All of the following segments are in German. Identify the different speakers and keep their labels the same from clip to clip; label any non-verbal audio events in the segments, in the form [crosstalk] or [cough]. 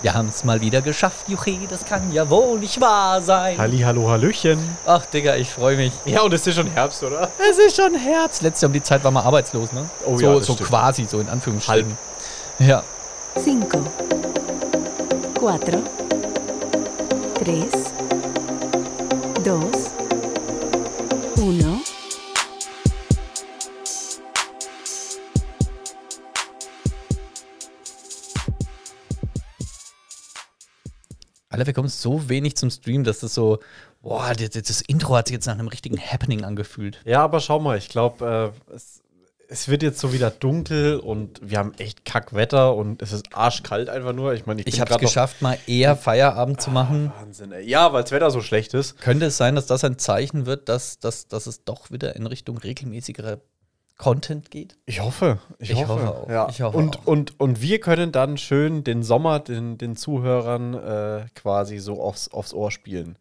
Speaker 1: Wir haben es mal wieder geschafft, Juche, das kann ja wohl nicht wahr sein.
Speaker 2: Halli, hallo, Hallöchen.
Speaker 1: Ach, Digga, ich freue mich.
Speaker 2: Ja, und es ist schon Herbst, oder?
Speaker 1: Es ist schon Herbst. Letztes Jahr um die Zeit war man arbeitslos, ne?
Speaker 2: Oh
Speaker 1: so,
Speaker 2: ja, das
Speaker 1: So
Speaker 2: stimmt.
Speaker 1: quasi, so in Anführungsstrichen. Ja.
Speaker 3: 5, 4, 3, 2, 1.
Speaker 1: Alter, wir kommen so wenig zum Stream, dass das so, boah, das, das- das Intro hat sich jetzt nach einem richtigen Happening angefühlt.
Speaker 2: Ja, aber schau mal, ich glaube, äh, es, es wird jetzt so wieder dunkel und wir haben echt Kackwetter und es ist arschkalt einfach nur. Ich meine, ich,
Speaker 1: Ich
Speaker 2: bin
Speaker 1: habe es
Speaker 2: grad noch-
Speaker 1: geschafft, mal eher Feierabend zu machen.
Speaker 2: Wahnsinn, ey. Ja, weil das Wetter so schlecht ist.
Speaker 1: Könnte es sein, dass das ein Zeichen wird, dass, dass, dass es doch wieder in Richtung regelmäßigerer Content geht?
Speaker 2: Ich hoffe. Ich,
Speaker 1: Ich
Speaker 2: hoffe.
Speaker 1: hoffe auch,
Speaker 2: Ja.
Speaker 1: ich hoffe
Speaker 2: und,
Speaker 1: auch.
Speaker 2: Und, und wir können dann schön den Sommer den, den Zuhörern äh, quasi so aufs, aufs Ohr spielen.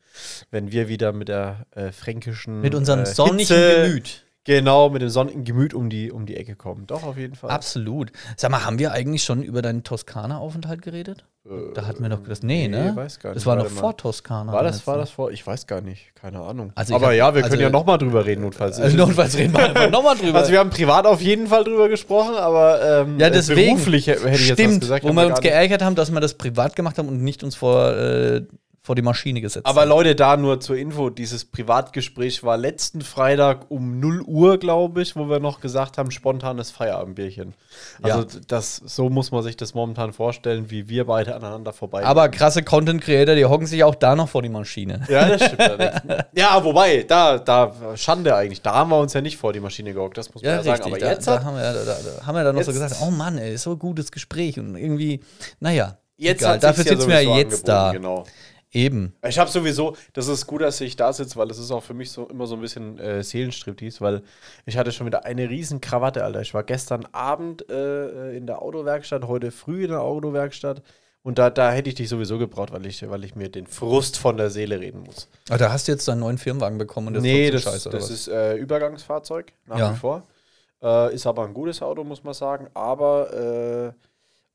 Speaker 2: Wenn wir wieder mit der äh, fränkischen.
Speaker 1: Mit unserem
Speaker 2: äh,
Speaker 1: sonnigen
Speaker 2: Hitze,
Speaker 1: Gemüt.
Speaker 2: Genau, mit dem sonnigen Gemüt um die, um die Ecke kommen. Doch, auf jeden Fall.
Speaker 1: Absolut. Sag mal, haben wir eigentlich schon über deinen Toskana-Aufenthalt geredet? da hatten wir doch gesagt, nee,
Speaker 2: nee,
Speaker 1: ne?
Speaker 2: weiß gar
Speaker 1: Das
Speaker 2: nicht.
Speaker 1: war noch
Speaker 2: Warte mal.
Speaker 1: vor Toskana.
Speaker 2: War das, war das vor? Ich weiß gar nicht. Keine Ahnung.
Speaker 1: Also ich
Speaker 2: Aber
Speaker 1: hab-
Speaker 2: ja, wir
Speaker 1: also-
Speaker 2: können ja nochmal drüber reden, notfalls.
Speaker 1: Also notfalls reden wir einfach nochmal drüber.
Speaker 2: [laughs] Also wir haben privat auf jeden Fall drüber gesprochen, aber ähm,
Speaker 1: ja,
Speaker 2: äh,
Speaker 1: deswegen.
Speaker 2: beruflich hätte ich jetzt was
Speaker 1: Stimmt,
Speaker 2: gesagt.
Speaker 1: wo
Speaker 2: haben
Speaker 1: wir uns
Speaker 2: gar nicht.
Speaker 1: geärgert haben, dass wir das privat gemacht haben und nicht uns vor, äh, vor die Maschine gesetzt
Speaker 2: Aber
Speaker 1: haben.
Speaker 2: Leute, da nur zur Info, dieses Privatgespräch war letzten Freitag um 0 Uhr, glaube ich, wo wir noch gesagt haben, spontanes Feierabendbierchen. Also
Speaker 1: Ja.
Speaker 2: d- das, so muss man sich das momentan vorstellen, wie wir beide aneinander vorbei.
Speaker 1: Aber krasse Content-Creator, die hocken sich auch da noch vor die Maschine.
Speaker 2: ja, das
Speaker 1: [laughs]
Speaker 2: stimmt allerdings. Ja, wobei, da, da, Schande eigentlich, da haben wir uns ja nicht vor die Maschine gehockt, das muss man ja, sagen. Aber
Speaker 1: da,
Speaker 2: jetzt,
Speaker 1: da
Speaker 2: hat-
Speaker 1: haben wir, da, da, da haben wir dann noch so
Speaker 2: Jetzt-
Speaker 1: gesagt, oh Mann, ey, so ein gutes Gespräch und irgendwie, naja,
Speaker 2: jetzt
Speaker 1: egal.
Speaker 2: hat
Speaker 1: dafür
Speaker 2: sich's
Speaker 1: sitzen wir ja
Speaker 2: sowieso
Speaker 1: jetzt da.
Speaker 2: angeboten, Genau.
Speaker 1: Eben.
Speaker 2: Ich habe sowieso, das ist gut, dass ich da sitze, weil das ist auch für mich so immer so ein bisschen äh, Seelenstriptease, weil ich hatte schon wieder eine riesen Krawatte, Alter. Ich war gestern Abend äh, in der Autowerkstatt, heute früh in der Autowerkstatt und da, da hätte ich dich sowieso gebraucht, weil ich, weil ich mir den Frust von der Seele reden muss.
Speaker 1: Ah, da hast du jetzt deinen neuen Firmenwagen bekommen und das
Speaker 2: nee,
Speaker 1: ist
Speaker 2: das,
Speaker 1: trotzdem scheiße, oder
Speaker 2: das
Speaker 1: was?
Speaker 2: ist äh, Übergangsfahrzeug, nach
Speaker 1: Ja.
Speaker 2: wie vor. Äh, ist aber ein gutes Auto, muss man sagen, aber äh,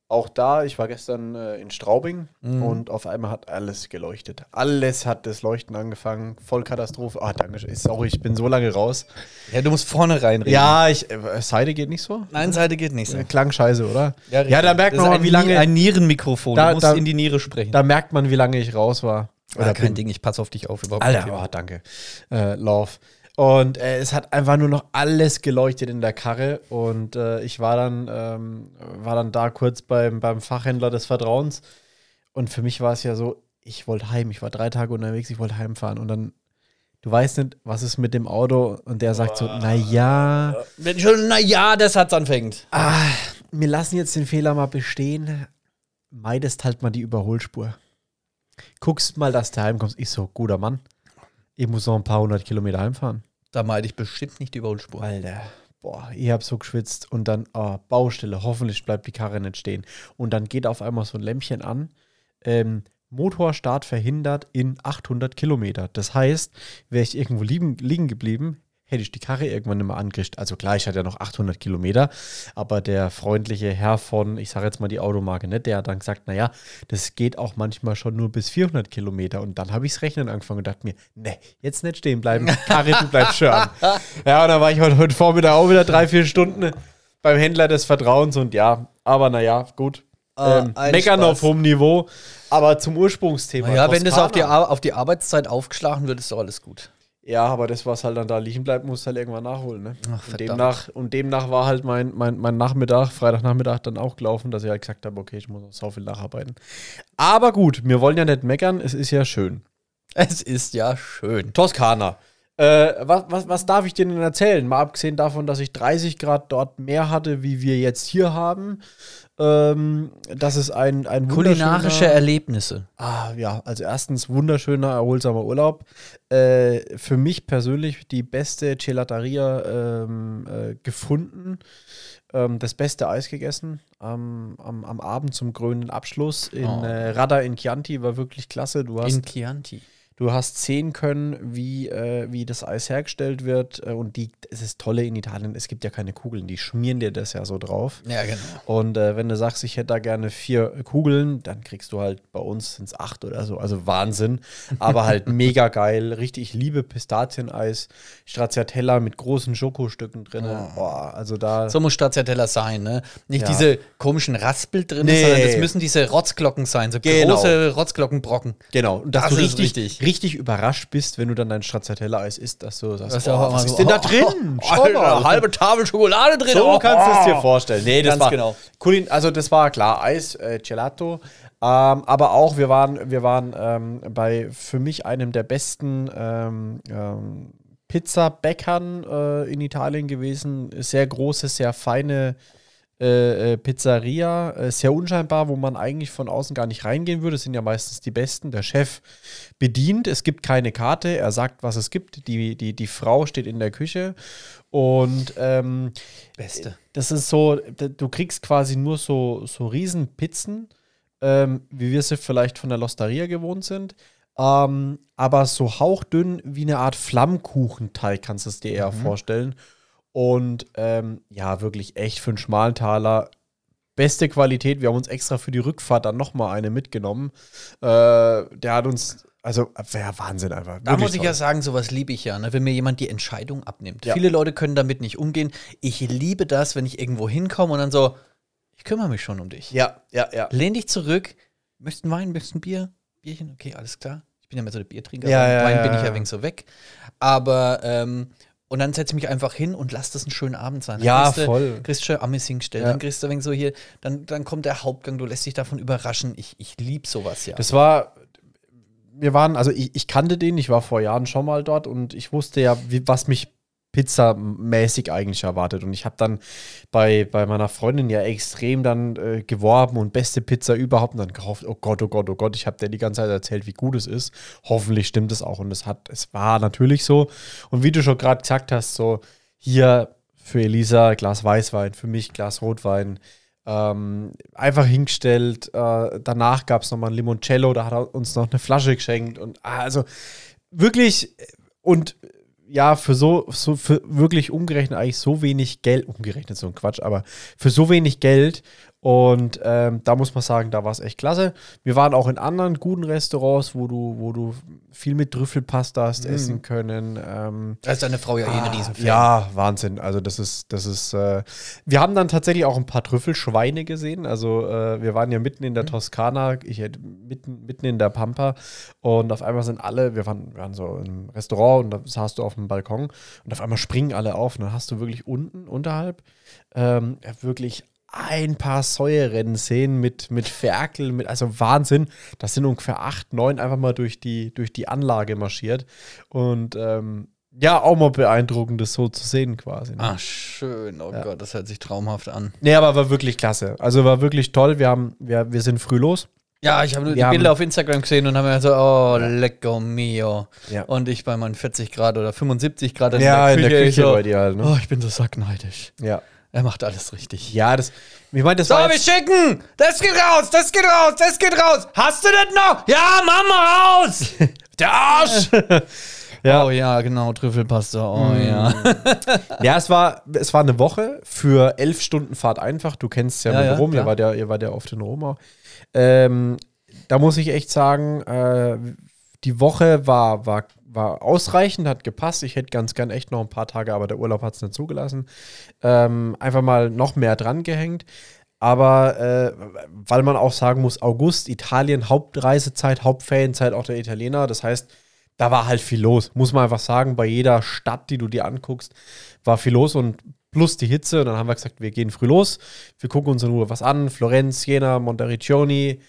Speaker 2: auch da, ich war gestern äh, in Straubing
Speaker 1: Mhm.
Speaker 2: und auf einmal hat alles geleuchtet. Alles hat das Leuchten angefangen. Vollkatastrophe. Ah, danke. schön. Sorry, ich bin so lange raus.
Speaker 1: Ja, du musst vorne reinreden.
Speaker 2: Ja, ich. Äh, Seite geht nicht so?
Speaker 1: Nein, Seite geht nicht. so.
Speaker 2: Klang scheiße, oder? Ja,
Speaker 1: richtig.
Speaker 2: da merkt
Speaker 1: Das
Speaker 2: man,
Speaker 1: ist
Speaker 2: mal,
Speaker 1: ein
Speaker 2: wie
Speaker 1: Ni-
Speaker 2: lange.
Speaker 1: Ein Nierenmikrofon,
Speaker 2: Da-
Speaker 1: du musst
Speaker 2: da-
Speaker 1: in die Niere sprechen.
Speaker 2: Da merkt man, wie lange ich raus war.
Speaker 1: ah, kein
Speaker 2: bin.
Speaker 1: Ding, ich passe auf dich auf. Überhaupt kein
Speaker 2: Alter,
Speaker 1: Thema.
Speaker 2: oh, danke. Äh, Love. Und äh, es hat einfach nur noch alles geleuchtet in der Karre. Und äh, ich war dann, ähm, war dann da kurz beim, beim Fachhändler des Vertrauens. Und für mich war es ja so, ich wollte heim. Ich war drei Tage unterwegs, ich wollte heimfahren. Und dann, du weißt nicht, was ist mit dem Auto. Und der sagt so, naja,
Speaker 1: Wenn schon, naja, der Satz anfängt.
Speaker 2: ah, wir lassen jetzt den Fehler mal bestehen. Meidest halt mal die Überholspur. Guckst mal, dass du heimkommst. Ich so, guter Mann, ich muss noch ein paar hundert Kilometer heimfahren.
Speaker 1: Da meide ich bestimmt nicht die Überholspur.
Speaker 2: Alter, boah, ich hab so geschwitzt und dann, ah, Baustelle, hoffentlich bleibt die Karre nicht stehen. Und dann geht auf einmal so ein Lämpchen an. Ähm, Motorstart verhindert in 800 Kilometer. Das heißt, wäre ich irgendwo liegen, liegen geblieben, hätte ich die Karre irgendwann nicht mehr angekriegt. Also klar, ich hatte ja noch 800 Kilometer, aber der freundliche Herr von, ich sage jetzt mal die Automarke, ne, der hat dann gesagt, naja, das geht auch manchmal schon nur bis 400 Kilometer. Und dann habe ich das Rechnen angefangen und dachte mir, ne, jetzt nicht
Speaker 1: [laughs]
Speaker 2: stehen bleiben, Karre, du bleibst schön an. Ja, und dann war ich heute, heute Vormittag auch wieder drei, vier Stunden beim Händler des Vertrauens und ja, aber naja, gut.
Speaker 1: Ah,
Speaker 2: Ähm,
Speaker 1: ein
Speaker 2: meckern
Speaker 1: Spaß.
Speaker 2: auf hohem Niveau, aber zum Ursprungsthema.
Speaker 1: Ja, wenn das
Speaker 2: Toskana.
Speaker 1: auf die, Ar- auf die Arbeitszeit aufgeschlagen wird, ist doch alles gut.
Speaker 2: Ja, aber das, was halt dann da liegen bleibt, musst du halt irgendwann nachholen. Ne?
Speaker 1: Ach,
Speaker 2: und,
Speaker 1: verdammt.
Speaker 2: demnach, und demnach war halt mein, mein, mein Nachmittag, Freitagnachmittag dann auch gelaufen, dass ich halt gesagt habe, okay, ich muss noch so viel nacharbeiten. Aber gut, wir wollen ja nicht meckern, es ist ja schön.
Speaker 1: Es ist ja schön.
Speaker 2: Toskana. Äh, was, was, was darf ich dir denn erzählen? Mal abgesehen davon, dass ich 30 Grad dort mehr hatte, wie wir jetzt hier haben. Ähm, das ist ein, ein
Speaker 1: Kulinarische
Speaker 2: wunderschöner-
Speaker 1: Erlebnisse.
Speaker 2: Ah, ja, also erstens wunderschöner, erholsamer Urlaub. Äh, für mich persönlich die beste Gelateria ähm, äh, gefunden, ähm, das beste Eis gegessen am, am, am Abend zum grünen Abschluss in
Speaker 1: Oh.
Speaker 2: äh, Rada in Chianti war wirklich klasse. Du hast
Speaker 1: Chianti.
Speaker 2: Du hast sehen können, wie, äh, wie das Eis hergestellt wird. äh, Und die, es ist tolle in Italien, es gibt ja keine Kugeln, die schmieren dir das ja so drauf.
Speaker 1: Ja, genau.
Speaker 2: Und äh, wenn du sagst, ich hätte da gerne vier Kugeln, dann kriegst du halt bei uns sind es acht oder so. Also Wahnsinn.
Speaker 1: [laughs]
Speaker 2: Aber halt mega geil. Richtig, ich liebe Pistazieneis. Stracciatella mit großen Schokostücken drin. Boah, also da.
Speaker 1: Ah. So muss Stracciatella sein, ne? Nicht
Speaker 2: Ja.
Speaker 1: diese komischen Raspel drin,
Speaker 2: Nee.
Speaker 1: sondern das müssen diese Rotzglocken sein, so
Speaker 2: Genau.
Speaker 1: große Rotzglockenbrocken.
Speaker 2: Genau, und dass
Speaker 1: Das
Speaker 2: du
Speaker 1: ist
Speaker 2: richtig, richtig.
Speaker 1: richtig.
Speaker 2: überrascht bist, wenn du dann dein Stracciatella-Eis isst, dass du sagst,
Speaker 1: Das ist ja
Speaker 2: oh,
Speaker 1: auch
Speaker 2: was
Speaker 1: mal so,
Speaker 2: ist denn da
Speaker 1: oh, [laughs]
Speaker 2: drin?
Speaker 1: oh,
Speaker 2: Schau
Speaker 1: Alter,
Speaker 2: mal.
Speaker 1: halbe Tafel Schokolade drin.
Speaker 2: So
Speaker 1: oh,
Speaker 2: kannst du es dir
Speaker 1: oh.
Speaker 2: vorstellen. Nee, das
Speaker 1: Ganz
Speaker 2: war
Speaker 1: genau.
Speaker 2: Kulin, also das war klar Eis, äh, Gelato, ähm, aber auch wir waren, wir waren ähm, bei für mich einem der besten ähm, ähm, Pizzabäckern äh, in Italien gewesen. Sehr große, sehr feine äh, äh, Pizzeria, äh, sehr unscheinbar, wo man eigentlich von außen gar nicht reingehen würde. Es sind ja meistens die Besten. Der Chef bedient, es gibt keine Karte, er sagt, was es gibt. Die, die, die Frau steht in der Küche und ähm,
Speaker 1: Beste.
Speaker 2: das ist so, d- du kriegst quasi nur so, so Riesenpizzen, ähm, wie wir sie vielleicht von der Losteria gewohnt sind. Ähm, aber so hauchdünn wie eine Art Flammkuchenteig kannst du es dir eher vorstellen. Und ähm, ja, wirklich echt für einen schmalen Taler. Beste Qualität. Wir haben uns extra für die Rückfahrt dann nochmal eine mitgenommen. Äh, der hat uns, also, wär Wahnsinn einfach.
Speaker 1: Da
Speaker 2: Wirklich
Speaker 1: muss ich
Speaker 2: toll.
Speaker 1: ja sagen, sowas liebe ich ja, ne? wenn mir jemand die Entscheidung abnimmt.
Speaker 2: Ja.
Speaker 1: Viele Leute können damit nicht umgehen. Ich liebe das, wenn ich irgendwo hinkomme und dann so, ich kümmere mich schon um dich.
Speaker 2: Ja, ja, ja.
Speaker 1: Lehn dich zurück, möchtest einen Wein, möchtest ein Bier, Bierchen, okay, alles klar. Ich bin ja mehr so der Biertrinker,
Speaker 2: Ja,
Speaker 1: beim
Speaker 2: ja,
Speaker 1: Wein
Speaker 2: ja,
Speaker 1: bin ich
Speaker 2: ja.
Speaker 1: ja ein wenig so weg. Aber, ähm, und dann setze ich mich einfach hin und lass das einen schönen Abend sein. Dann
Speaker 2: Ja,
Speaker 1: kriegst du-
Speaker 2: voll.
Speaker 1: Kriegst schon Amissing stellen,
Speaker 2: Ja.
Speaker 1: dann kriegst du ein wenig so hier, dann, dann kommt der Hauptgang, du lässt dich davon überraschen. Ich, ich liebe sowas ja.
Speaker 2: Das war, wir waren, also ich, ich kannte den, ich war vor Jahren schon mal dort und ich wusste ja, wie, was mich pizzamäßig eigentlich erwartet. Und ich habe dann bei, bei meiner Freundin ja extrem dann äh, geworben und beste Pizza überhaupt und dann gehofft, oh Gott, oh Gott, oh Gott, ich habe der die ganze Zeit erzählt, wie gut es ist. Hoffentlich stimmt es auch und es hat, es war natürlich so. Und wie du schon gerade gesagt hast, so hier für Elisa Glas Weißwein, für mich Glas Rotwein, ähm, einfach hingestellt. Äh, danach gab es nochmal ein Limoncello, da hat er uns noch eine Flasche geschenkt. Und ah, also wirklich, äh, und äh, ja, für so, so für wirklich umgerechnet eigentlich so wenig Geld, umgerechnet so ein Quatsch, aber für so wenig Geld. Und ähm, da muss man sagen, da war es echt klasse. Wir waren auch in anderen guten Restaurants, wo du, wo du viel mit Trüffelpasta hast essen können. Ähm,
Speaker 1: Da ist deine Frau ja eh ein Riesenfan.
Speaker 2: ja, Wahnsinn. Also das ist, das ist. Äh, wir haben dann tatsächlich auch ein paar Trüffelschweine gesehen. Also äh, wir waren ja mitten in der Toskana, ich hätte mitten, mitten in der Pampa und auf einmal sind alle, wir waren, wir waren so im Restaurant und da saßt du auf dem Balkon und auf einmal springen alle auf und dann hast du wirklich unten unterhalb ähm, wirklich ein paar Säuerennen sehen mit, mit Ferkel, mit, also Wahnsinn. Das sind ungefähr acht, neun einfach mal durch die, durch die Anlage marschiert. Und ähm, ja, auch mal beeindruckend, das so zu sehen quasi. Ne?
Speaker 1: Ah, schön. Oh Gott, das hört sich traumhaft an.
Speaker 2: Nee, aber war wirklich klasse. Also war wirklich toll. Wir, haben, wir, wir sind früh los.
Speaker 1: Ja, ich habe nur die
Speaker 2: Wir haben-
Speaker 1: Bilder auf Instagram gesehen und habe mir so, oh, lecco mio.
Speaker 2: Ja.
Speaker 1: Und ich bei meinen 40 Grad oder 75 Grad so,
Speaker 2: dir halt.
Speaker 1: Oh, ich bin so sackneidisch.
Speaker 2: Ja.
Speaker 1: Er macht alles richtig.
Speaker 2: ja, das, ich meine, das
Speaker 1: So,
Speaker 2: war
Speaker 1: wir
Speaker 2: jetzt,
Speaker 1: schicken! Das geht raus, das geht raus, das geht raus! Hast du das noch? Ja, mach mal [laughs] raus! Der Arsch!
Speaker 2: Ja.
Speaker 1: Oh [laughs] ja, genau, Trüffelpasta, oh ja.
Speaker 2: ja, es war, es war eine Woche für elf Stunden Fahrt einfach. Du kennst ja,
Speaker 1: Ja,
Speaker 2: mit
Speaker 1: ja,
Speaker 2: Rom, ihr
Speaker 1: klar.
Speaker 2: wart ja, ihr wart ja oft in Rom auch. Ähm, da muss ich echt sagen, äh, die Woche war, war, war ausreichend, hat gepasst. Ich hätte ganz gern echt noch ein paar Tage, aber der Urlaub hat es nicht zugelassen. Ähm, einfach mal noch mehr dran gehängt. Aber äh, weil man auch sagen muss, August, Italien, Hauptreisezeit, Hauptferienzeit auch der Italiener. Das heißt, da war halt viel los. Muss man einfach sagen, bei jeder Stadt, die du dir anguckst, war viel los und plus die Hitze. Und dann haben wir gesagt, wir gehen früh los. Wir gucken uns in Ruhe was an. Florenz, Jena, Montericcioni.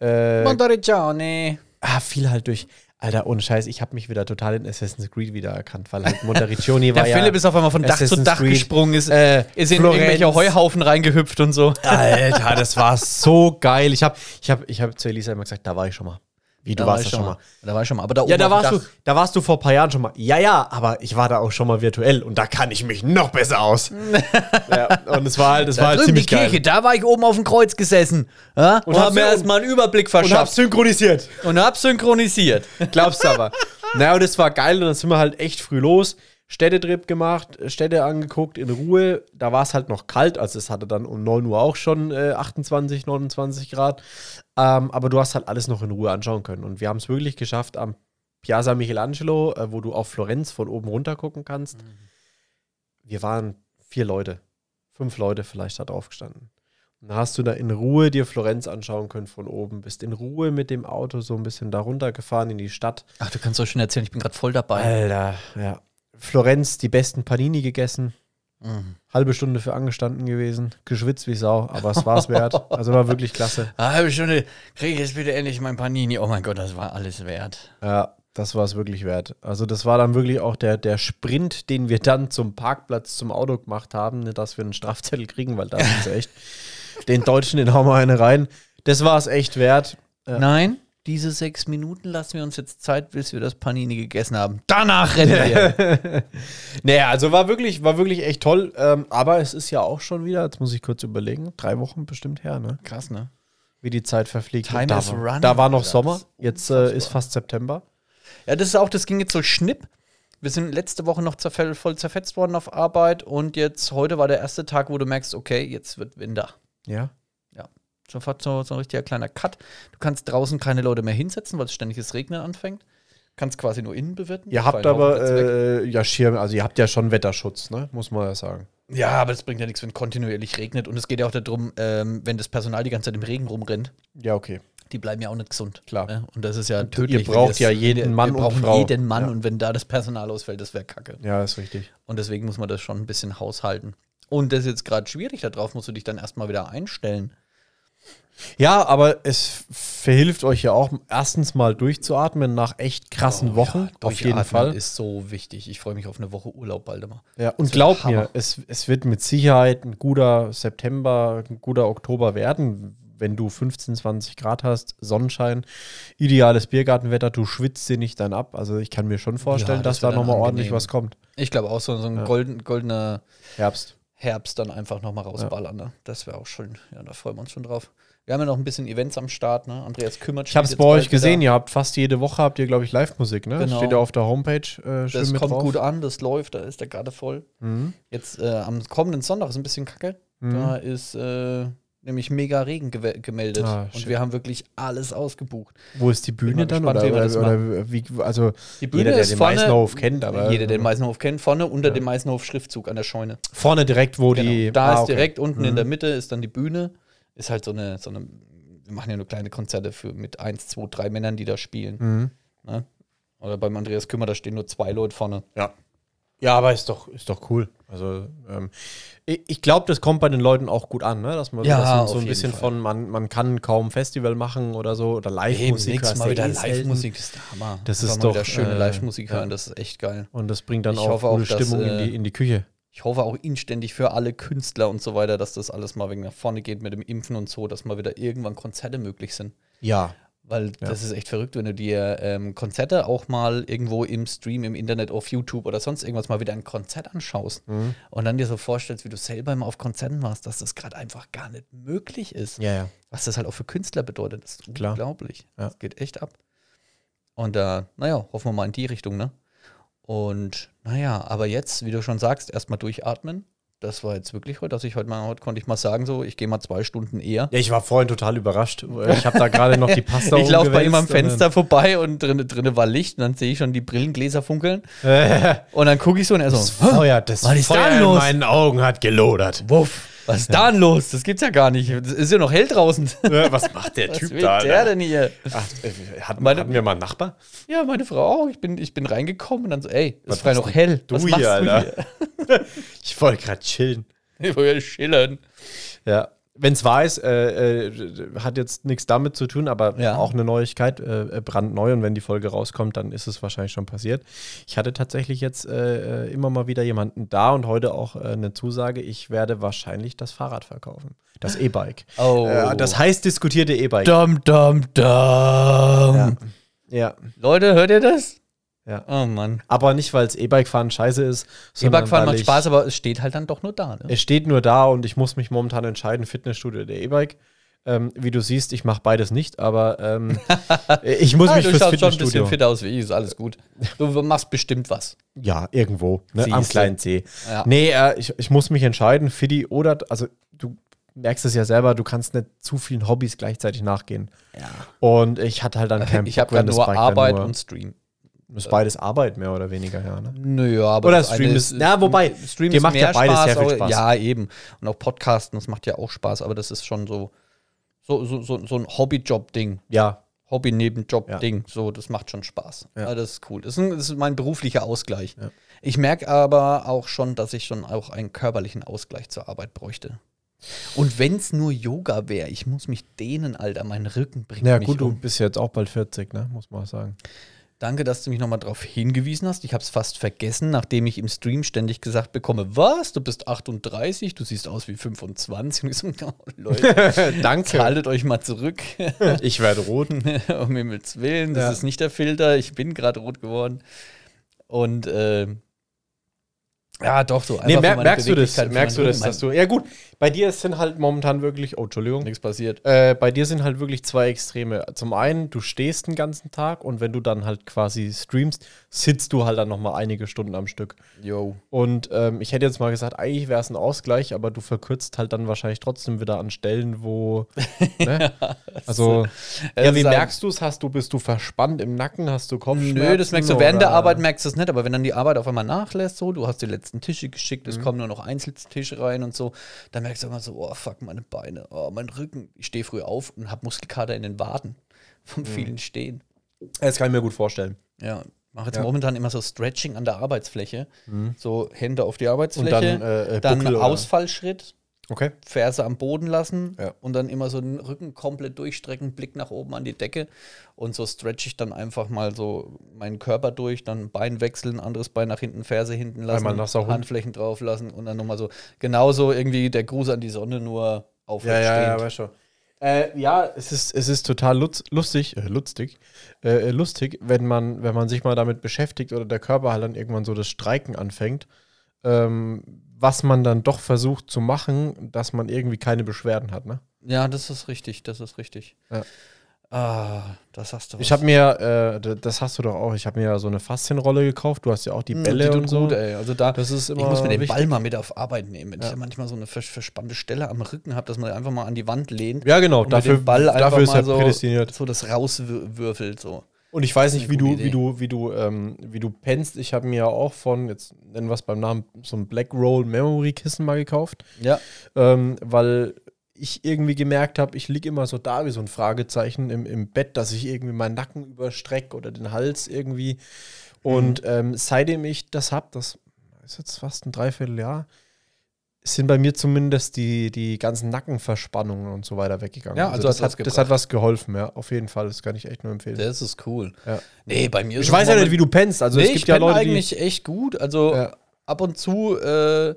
Speaker 2: Äh,
Speaker 1: Montericcione.
Speaker 2: ah, viel halt durch. Alter, ohne Scheiß, ich habe mich wieder total in Assassin's Creed wiedererkannt, weil
Speaker 1: [laughs]
Speaker 2: halt Montericcioni war
Speaker 1: Der
Speaker 2: ja...
Speaker 1: Philipp ist auf einmal von Dach zu
Speaker 2: Assassin's
Speaker 1: Dach
Speaker 2: Creed.
Speaker 1: gesprungen, ist,
Speaker 2: äh,
Speaker 1: ist in
Speaker 2: Florenz.
Speaker 1: irgendwelche Heuhaufen reingehüpft und so.
Speaker 2: Alter, das war so geil. Ich habe ich hab, ich hab zu Elisa immer gesagt, da war ich schon mal. Wie,
Speaker 1: Da
Speaker 2: du
Speaker 1: war
Speaker 2: warst
Speaker 1: ich
Speaker 2: da schon mal.
Speaker 1: Da war ich schon mal. Oh, Aber da oben
Speaker 2: Ja, da
Speaker 1: auf dem
Speaker 2: warst, du,
Speaker 1: Dach-
Speaker 2: da warst du vor ein paar Jahren schon mal. Ja, ja, aber ich war da auch schon mal virtuell und da kann ich mich noch besser aus.
Speaker 1: [laughs]
Speaker 2: ja, und es war halt, es war
Speaker 1: Da drüben
Speaker 2: halt
Speaker 1: die
Speaker 2: ziemlich geil.
Speaker 1: Kirche, da war ich oben auf dem Kreuz gesessen. Ja? Und,
Speaker 2: hab
Speaker 1: hab mir
Speaker 2: so-
Speaker 1: erstmal einen Überblick
Speaker 2: Und hab's
Speaker 1: verschafft.
Speaker 2: synchronisiert.
Speaker 1: Und hab, synchronisiert.
Speaker 2: Glaubst du aber. naja, und es war geil und dann sind wir halt echt früh los. Städtetrip gemacht, Städte angeguckt in Ruhe. Da war es halt noch kalt, also es hatte dann um 9 Uhr auch schon äh, 28, 29 Grad. Ähm, aber du hast halt alles noch in Ruhe anschauen können. Und wir haben es wirklich geschafft am Piazza Michelangelo, äh, wo du auf Florenz von oben runter gucken kannst. Wir waren vier Leute, fünf Leute vielleicht da drauf gestanden. Und dann hast du da in Ruhe dir Florenz anschauen können von oben, bist in Ruhe mit dem Auto so ein bisschen da runtergefahren in die Stadt.
Speaker 1: Ach, du kannst doch schön erzählen, ich bin gerade voll dabei.
Speaker 2: Alter, ja. Florenz, die besten Panini gegessen,
Speaker 1: Mhm.
Speaker 2: halbe Stunde für angestanden gewesen, geschwitzt wie Sau, aber es war es wert. Also war wirklich klasse.
Speaker 1: Eine halbe Stunde kriege ich jetzt bitte endlich mein Panini. Oh mein Gott, das war alles wert.
Speaker 2: Ja, das war es wirklich wert. Also das war dann wirklich auch der, der Sprint, den wir dann zum Parkplatz, zum Auto gemacht haben, ne, dass wir einen Strafzettel kriegen, weil da ist echt den Deutschen, den hauen wir eine rein. Das war es echt wert. Ja.
Speaker 1: Nein, diese sechs Minuten lassen wir uns jetzt Zeit, bis wir das Panini gegessen haben. Danach rennen wir. [laughs]
Speaker 2: Naja, also war wirklich, war wirklich echt toll. Ähm, aber es ist ja auch schon wieder, jetzt muss ich kurz überlegen, drei Wochen bestimmt her, ne?
Speaker 1: Krass, ne?
Speaker 2: Wie die Zeit verfliegt.
Speaker 1: Time
Speaker 2: Und da,
Speaker 1: is
Speaker 2: war-
Speaker 1: running,
Speaker 2: da war noch
Speaker 1: Alter,
Speaker 2: Sommer,
Speaker 1: das ist
Speaker 2: jetzt äh, ist fast September.
Speaker 1: Ja, das ist auch, das ging jetzt so schnipp. Wir sind letzte Woche noch zerfell, voll zerfetzt worden auf Arbeit und jetzt, heute war der erste Tag, wo du merkst, okay, jetzt wird Winter.
Speaker 2: Ja.
Speaker 1: So fast so, so ein richtiger kleiner Cut. Du kannst draußen keine Leute mehr hinsetzen, weil es ständiges Regnen anfängt. Kannst quasi nur innen bewirten.
Speaker 2: Ihr habt
Speaker 1: Fallen auch
Speaker 2: aber
Speaker 1: Plätze weg.
Speaker 2: äh, ja Schirme, also ihr habt ja schon Wetterschutz, ne? Muss man ja sagen.
Speaker 1: ja, aber das bringt ja nichts, wenn kontinuierlich regnet. Und es geht ja auch darum, ähm, wenn das Personal die ganze Zeit im Regen rumrennt,
Speaker 2: Ja, okay.
Speaker 1: die bleiben ja auch nicht gesund.
Speaker 2: Klar.
Speaker 1: Ne? Und das ist ja tödlich. wenn
Speaker 2: braucht
Speaker 1: das-
Speaker 2: ja jeden
Speaker 1: wir,
Speaker 2: Mann und
Speaker 1: wir brauchen
Speaker 2: Frau.
Speaker 1: jeden Mann
Speaker 2: Ja.
Speaker 1: und wenn da das Personal ausfällt, das wäre kacke.
Speaker 2: Ja, ist richtig.
Speaker 1: Und deswegen muss man das schon ein bisschen haushalten. Und das ist jetzt gerade schwierig, darauf musst du dich dann erstmal wieder einstellen.
Speaker 2: Ja, aber es verhilft euch ja auch, erstens mal durchzuatmen nach echt krassen
Speaker 1: Oh,
Speaker 2: Wochen.
Speaker 1: ja,
Speaker 2: auf jeden
Speaker 1: durchatmen
Speaker 2: Fall.
Speaker 1: ist so wichtig. Ich freue mich auf eine Woche Urlaub bald immer.
Speaker 2: Ja, und
Speaker 1: wird
Speaker 2: glaub
Speaker 1: Hammer.
Speaker 2: mir, es, es wird mit Sicherheit ein guter September, ein guter Oktober werden, wenn du 15, 20 Grad hast, Sonnenschein, ideales Biergartenwetter, du schwitzt dir nicht dann ab. Also ich kann mir schon vorstellen,
Speaker 1: Ja, das
Speaker 2: dass da
Speaker 1: wird dann
Speaker 2: nochmal ordentlich
Speaker 1: angenehm.
Speaker 2: was kommt.
Speaker 1: Ich glaube auch so, so ein
Speaker 2: Ja.
Speaker 1: golden, goldener
Speaker 2: Herbst.
Speaker 1: Herbst dann einfach nochmal rausballern. Ne? Das wäre auch schön. Ja, da freuen wir uns schon drauf. Wir haben ja noch ein bisschen Events am Start. Ne? Andreas kümmert
Speaker 2: Ich habe es bei euch gesehen, ihr habt fast jede Woche habt ihr, glaube ich, Live-Musik, ne?
Speaker 1: Genau.
Speaker 2: Steht ja auf der Homepage äh, schön
Speaker 1: Das
Speaker 2: mit
Speaker 1: kommt
Speaker 2: drauf.
Speaker 1: gut an, das läuft, da ist der gerade voll.
Speaker 2: Mhm.
Speaker 1: Jetzt äh, am kommenden Sonntag ist ein bisschen kacke. Da ist äh, nämlich mega Regen gewe- gemeldet.
Speaker 2: Ah,
Speaker 1: und
Speaker 2: shit.
Speaker 1: wir haben wirklich alles ausgebucht.
Speaker 2: Wo ist die Bühne
Speaker 1: Bin mal gespannt,
Speaker 2: dann? Oder,
Speaker 1: wie wir das
Speaker 2: oder, oder wie, also
Speaker 1: Die Bühne
Speaker 2: jeder, der
Speaker 1: ist
Speaker 2: den
Speaker 1: vorne.
Speaker 2: Meißenhof kennt, aber
Speaker 1: jeder, der den Meißenhof kennt, vorne unter
Speaker 2: Ja.
Speaker 1: dem Meißenhof-Schriftzug an der Scheune.
Speaker 2: vorne direkt, wo die.
Speaker 1: Genau. Da
Speaker 2: Ah,
Speaker 1: ist
Speaker 2: okay.
Speaker 1: direkt unten in
Speaker 2: Mhm.
Speaker 1: der Mitte ist dann die Bühne. Ist halt so eine, so eine, wir machen ja nur kleine Konzerte für mit eins, zwei, drei Männern, die da spielen.
Speaker 2: Mhm.
Speaker 1: Ne? Oder beim Andreas Kümmer, da stehen nur zwei Leute vorne.
Speaker 2: Ja. Ja, aber ist doch, ist doch cool. Also, ähm, ich, ich glaube, das kommt bei den Leuten auch gut an, ne? dass man
Speaker 1: Ja,
Speaker 2: dass man so
Speaker 1: auf
Speaker 2: ein
Speaker 1: jeden
Speaker 2: bisschen
Speaker 1: Fall.
Speaker 2: von, man, man kann kaum Festival machen oder so, oder Live-Musik. hörst du eh selten.
Speaker 1: das ist der Hammer.
Speaker 2: Das
Speaker 1: Einfach
Speaker 2: ist
Speaker 1: mal
Speaker 2: doch,
Speaker 1: wieder schöne
Speaker 2: äh,
Speaker 1: Live-Musik
Speaker 2: ja.
Speaker 1: hören, das ist echt geil.
Speaker 2: Und das bringt dann
Speaker 1: Ich
Speaker 2: auch
Speaker 1: hoffe auch,
Speaker 2: gute
Speaker 1: dass,
Speaker 2: Stimmung in,
Speaker 1: äh,
Speaker 2: die, in die Küche.
Speaker 1: Ich hoffe auch inständig für alle Künstler und so weiter, dass das alles mal wegen nach vorne geht mit dem Impfen und so, dass mal wieder irgendwann Konzerte möglich sind.
Speaker 2: Ja.
Speaker 1: Weil das ist echt verrückt, wenn du dir ähm, Konzerte auch mal irgendwo im Stream, im Internet, auf YouTube oder sonst irgendwas mal wieder ein Konzert anschaust
Speaker 2: Mhm.
Speaker 1: und dann dir so vorstellst, wie du selber immer auf Konzerten warst, dass das gerade einfach gar nicht möglich ist.
Speaker 2: Ja, ja.
Speaker 1: Was das halt auch für Künstler bedeutet, das ist
Speaker 2: Klar.
Speaker 1: unglaublich.
Speaker 2: Ja.
Speaker 1: Das geht echt ab. Und da, naja, hoffen wir mal in die Richtung, ne? Und naja, aber jetzt, wie du schon sagst, erstmal durchatmen. Das war jetzt wirklich heute, dass ich heute mal, heute konnte ich mal sagen, so, ich gehe mal zwei Stunden eher.
Speaker 2: Ja, ich war vorhin total überrascht. Ich habe da gerade noch
Speaker 1: [laughs]
Speaker 2: die Pasta
Speaker 1: ich laufe bei ihm am
Speaker 2: umgewälzt und
Speaker 1: Fenster vorbei und drinne drinne war Licht und dann sehe ich schon die Brillengläser
Speaker 2: [laughs]
Speaker 1: funkeln.
Speaker 2: dann-
Speaker 1: Und dann gucke ich so und er so,
Speaker 2: Das Feuer, das
Speaker 1: Was ist da
Speaker 2: Feuer in
Speaker 1: los?
Speaker 2: meinen Augen
Speaker 1: [laughs]
Speaker 2: hat gelodert.
Speaker 1: wuff, was ist da denn los? Das gibt's ja gar nicht. Es ist ja noch hell
Speaker 2: [laughs]
Speaker 1: draußen.
Speaker 2: Äh, Was macht der
Speaker 1: Was
Speaker 2: Typ
Speaker 1: will
Speaker 2: da?
Speaker 1: der
Speaker 2: ne?
Speaker 1: denn hier?
Speaker 2: Ach, äh, hatten,
Speaker 1: Meine-
Speaker 2: hatten wir mal einen Nachbar?
Speaker 1: Ja, meine Frau auch. Ich bin, ich bin reingekommen und dann so, ey, ist
Speaker 2: Was
Speaker 1: frei
Speaker 2: machst
Speaker 1: noch
Speaker 2: denn
Speaker 1: hell.
Speaker 2: du
Speaker 1: was
Speaker 2: hier,
Speaker 1: machst
Speaker 2: Alter? [laughs]
Speaker 1: du hier? [laughs]
Speaker 2: Ich wollte gerade chillen.
Speaker 1: Ich will ja schillern.
Speaker 2: Ja. Wenn es wahr ist, äh, äh, hat jetzt nichts damit zu tun, aber
Speaker 1: Ja.
Speaker 2: auch eine Neuigkeit, äh, brandneu. Und wenn die Folge rauskommt, dann ist es wahrscheinlich schon passiert. Ich hatte tatsächlich jetzt äh, äh, immer mal wieder jemanden da und heute auch äh, eine Zusage. Ich werde wahrscheinlich das Fahrrad verkaufen. Das E-Bike.
Speaker 1: [gasps] Oh.
Speaker 2: Äh, das heiß diskutierte E-Bike.
Speaker 1: Dum, dum, dum.
Speaker 2: Ja. ja.
Speaker 1: Leute, hört ihr das?
Speaker 2: Ja.
Speaker 1: Oh Mann.
Speaker 2: Aber nicht, weil es E-Bike fahren scheiße ist. sondern
Speaker 1: E-Bike fahren
Speaker 2: weil
Speaker 1: macht
Speaker 2: ich-
Speaker 1: Spaß, aber es steht halt dann doch nur da. Ne?
Speaker 2: Es steht nur da und ich muss mich momentan entscheiden, Fitnessstudio oder E-Bike. Ähm, wie du siehst, ich mache beides nicht, aber
Speaker 1: [laughs]
Speaker 2: ähm, ich muss
Speaker 1: Ah,
Speaker 2: mich
Speaker 1: du
Speaker 2: fürs
Speaker 1: schaust schon ein bisschen
Speaker 2: Fitnessstudio.
Speaker 1: fit aus wie ich, ist alles gut. Du machst bestimmt was.
Speaker 2: Ja, irgendwo, ne, am
Speaker 1: Siehste.
Speaker 2: kleinen See.
Speaker 1: Ja.
Speaker 2: Nee, äh, ich, ich muss mich entscheiden, Fiddy oder, also du merkst es ja selber, du kannst nicht zu vielen Hobbys gleichzeitig nachgehen. Und ich hatte halt
Speaker 1: [laughs]
Speaker 2: dann keinen
Speaker 1: Ich habe
Speaker 2: Bock,
Speaker 1: gerade
Speaker 2: wenn das
Speaker 1: nur
Speaker 2: Bike dann
Speaker 1: Arbeit
Speaker 2: nur-
Speaker 1: und Stream.
Speaker 2: ist beides Arbeit mehr oder weniger, ja. Ne?
Speaker 1: Nö, aber
Speaker 2: Oder
Speaker 1: das
Speaker 2: Stream
Speaker 1: eine
Speaker 2: ist- na, wobei,
Speaker 1: Stream
Speaker 2: dir
Speaker 1: ist
Speaker 2: macht ja
Speaker 1: mehr
Speaker 2: beides
Speaker 1: Spaß,
Speaker 2: sehr viel
Speaker 1: aber-
Speaker 2: Spaß.
Speaker 1: Ja, eben. Und auch Podcasten, das macht ja auch Spaß, aber das ist schon so so, so, so, so ein Hobbyjob-Ding.
Speaker 2: Ja,
Speaker 1: Hobby-Nebenjob-Ding. So, das macht schon Spaß.
Speaker 2: Ja.
Speaker 1: Also das ist cool. Das ist, ein, das ist mein beruflicher Ausgleich.
Speaker 2: Ja.
Speaker 1: Ich merke aber auch schon, dass ich schon auch einen körperlichen Ausgleich zur Arbeit bräuchte. Und wenn es nur Yoga wäre, ich muss mich dehnen, Alter. Mein Rücken bringt
Speaker 2: ja
Speaker 1: mich
Speaker 2: gut, du
Speaker 1: um.
Speaker 2: bist jetzt auch bald 40, ne? muss man
Speaker 1: [laughs]
Speaker 2: auch sagen.
Speaker 1: Danke, dass du mich nochmal darauf hingewiesen hast. Ich habe es fast vergessen, nachdem ich im Stream ständig gesagt bekomme, was, du bist 38, du siehst aus wie 25. Und ich so, [laughs] oh,
Speaker 2: [laughs]
Speaker 1: Leute,
Speaker 2: Danke.
Speaker 1: haltet euch mal zurück. [laughs]
Speaker 2: Ich werde rot.
Speaker 1: um Himmels Willen, das
Speaker 2: Ja.
Speaker 1: ist nicht der Filter, ich bin gerade rot geworden. Und ähm, ja, doch, so
Speaker 2: Nee,
Speaker 1: einfach
Speaker 2: mer
Speaker 1: meine
Speaker 2: merkst du das?
Speaker 1: Beweglichkeit für
Speaker 2: Merkst du
Speaker 1: meinen
Speaker 2: das,
Speaker 1: Rücken.
Speaker 2: dass du. Ja, gut, bei dir sind halt momentan wirklich. Oh, Entschuldigung.
Speaker 1: nichts passiert?
Speaker 2: Äh, bei dir sind halt wirklich zwei Extreme. Zum einen, du stehst den ganzen Tag und wenn du dann halt quasi streamst, sitzt du halt dann nochmal einige Stunden am Stück.
Speaker 1: Yo.
Speaker 2: Und ähm, ich hätte jetzt mal gesagt, eigentlich wäre es ein Ausgleich, aber du verkürzt halt dann wahrscheinlich trotzdem wieder an
Speaker 1: [laughs]
Speaker 2: Stellen, wo. Ne? also,
Speaker 1: Das
Speaker 2: ja, wie
Speaker 1: ist ein-
Speaker 2: merkst du es? Hast du, bist du verspannt im Nacken? Hast du Kopfschmerzen?
Speaker 1: Nö, das merkst du während der
Speaker 2: oder-
Speaker 1: Arbeit, merkst du es nicht, aber wenn dann die Arbeit auf einmal nachlässt, so, du hast die letzten Tische geschickt,
Speaker 2: Mhm.
Speaker 1: es kommen nur noch Einzeltische rein und so, dann merkst du immer so, oh fuck, meine Beine, oh mein Rücken. Ich stehe früh auf und habe Muskelkater in den Waden [laughs]
Speaker 2: Mhm.
Speaker 1: vom vielen Stehen.
Speaker 2: Das kann ich mir gut vorstellen.
Speaker 1: Ja, mache jetzt
Speaker 2: Ja. Mhm.
Speaker 1: momentan immer so Stretching an der Arbeitsfläche, so Hände auf die
Speaker 2: Und
Speaker 1: Arbeitsfläche,
Speaker 2: dann, äh, äh,
Speaker 1: dann
Speaker 2: Buckel oder-
Speaker 1: Ausfallschritt,
Speaker 2: Okay.
Speaker 1: Ferse am Boden lassen
Speaker 2: Ja.
Speaker 1: und dann immer so den Rücken komplett durchstrecken, Blick nach oben an die Decke und so stretch ich dann einfach mal so meinen Körper durch, dann Bein wechseln, anderes Bein nach hinten, Ferse hinten lassen,
Speaker 2: Einmal nasser Hund.
Speaker 1: Handflächen drauf lassen und dann nochmal so, genauso irgendwie der Gruß an die Sonne, nur
Speaker 2: Ja,
Speaker 1: aufrecht
Speaker 2: ja, ja,
Speaker 1: stehend.
Speaker 2: weiß schon. Äh, ja, es ist, es ist total lutz, lustig, äh, lustig, äh, lustig, wenn man, wenn man sich mal damit beschäftigt oder der Körper halt dann irgendwann so das Streiken anfängt, ähm, was man dann doch versucht zu machen, dass man irgendwie keine Beschwerden hat. Ne?
Speaker 1: Ja, das ist richtig, das ist richtig.
Speaker 2: Ja.
Speaker 1: Ah, das hast du
Speaker 2: Ich habe mir, äh, d- das hast du doch auch, ich habe mir ja so eine Faszienrolle gekauft, du hast ja auch die
Speaker 1: Hm, Die
Speaker 2: Bälle
Speaker 1: tut
Speaker 2: und so.
Speaker 1: Gut, ey. Also da,
Speaker 2: Das ist immer
Speaker 1: ich muss mir den
Speaker 2: wichtig.
Speaker 1: Ball mal mit auf Arbeit nehmen. Wenn
Speaker 2: Ja.
Speaker 1: ich ja manchmal so eine vers verspannte Stelle am Rücken habe, dass man einfach mal an die Wand lehnt.
Speaker 2: Ja, genau,
Speaker 1: und mit
Speaker 2: dafür,
Speaker 1: dem Um Ball einfach
Speaker 2: dafür ist
Speaker 1: mal
Speaker 2: er
Speaker 1: so,
Speaker 2: prädestiniert.
Speaker 1: so das rauswürfelt. So.
Speaker 2: Und ich weiß
Speaker 1: Das
Speaker 2: nicht,
Speaker 1: ist
Speaker 2: wie
Speaker 1: eine
Speaker 2: du,
Speaker 1: gute
Speaker 2: wie du, wie du, ähm, wie du pennst. Ich habe mir auch von, jetzt nennen wir es beim Namen, so ein Black Roll Memory Kissen mal gekauft,
Speaker 1: Ja.
Speaker 2: ähm, weil ich irgendwie gemerkt habe, ich liege immer so da wie so ein Fragezeichen im, im Bett, dass ich irgendwie meinen Nacken überstrecke oder den Hals irgendwie.
Speaker 1: Mhm.
Speaker 2: Und ähm, seitdem ich das habe, das ist jetzt fast ein Dreivierteljahr, sind bei mir zumindest die, die ganzen Nackenverspannungen und so weiter weggegangen.
Speaker 1: Ja, also
Speaker 2: das,
Speaker 1: hat was
Speaker 2: hat, das hat was geholfen, ja, auf jeden Fall. Das kann ich echt nur empfehlen.
Speaker 1: Das ist cool.
Speaker 2: Ja.
Speaker 1: Nee, bei mir ist
Speaker 2: Ich weiß ja nicht, wie
Speaker 1: du.
Speaker 2: du pennst. Also
Speaker 1: Nee,
Speaker 2: es
Speaker 1: ich
Speaker 2: gibt ja
Speaker 1: penn
Speaker 2: Leute, die.
Speaker 1: eigentlich echt gut. Also
Speaker 2: Ja.
Speaker 1: ab und zu, äh,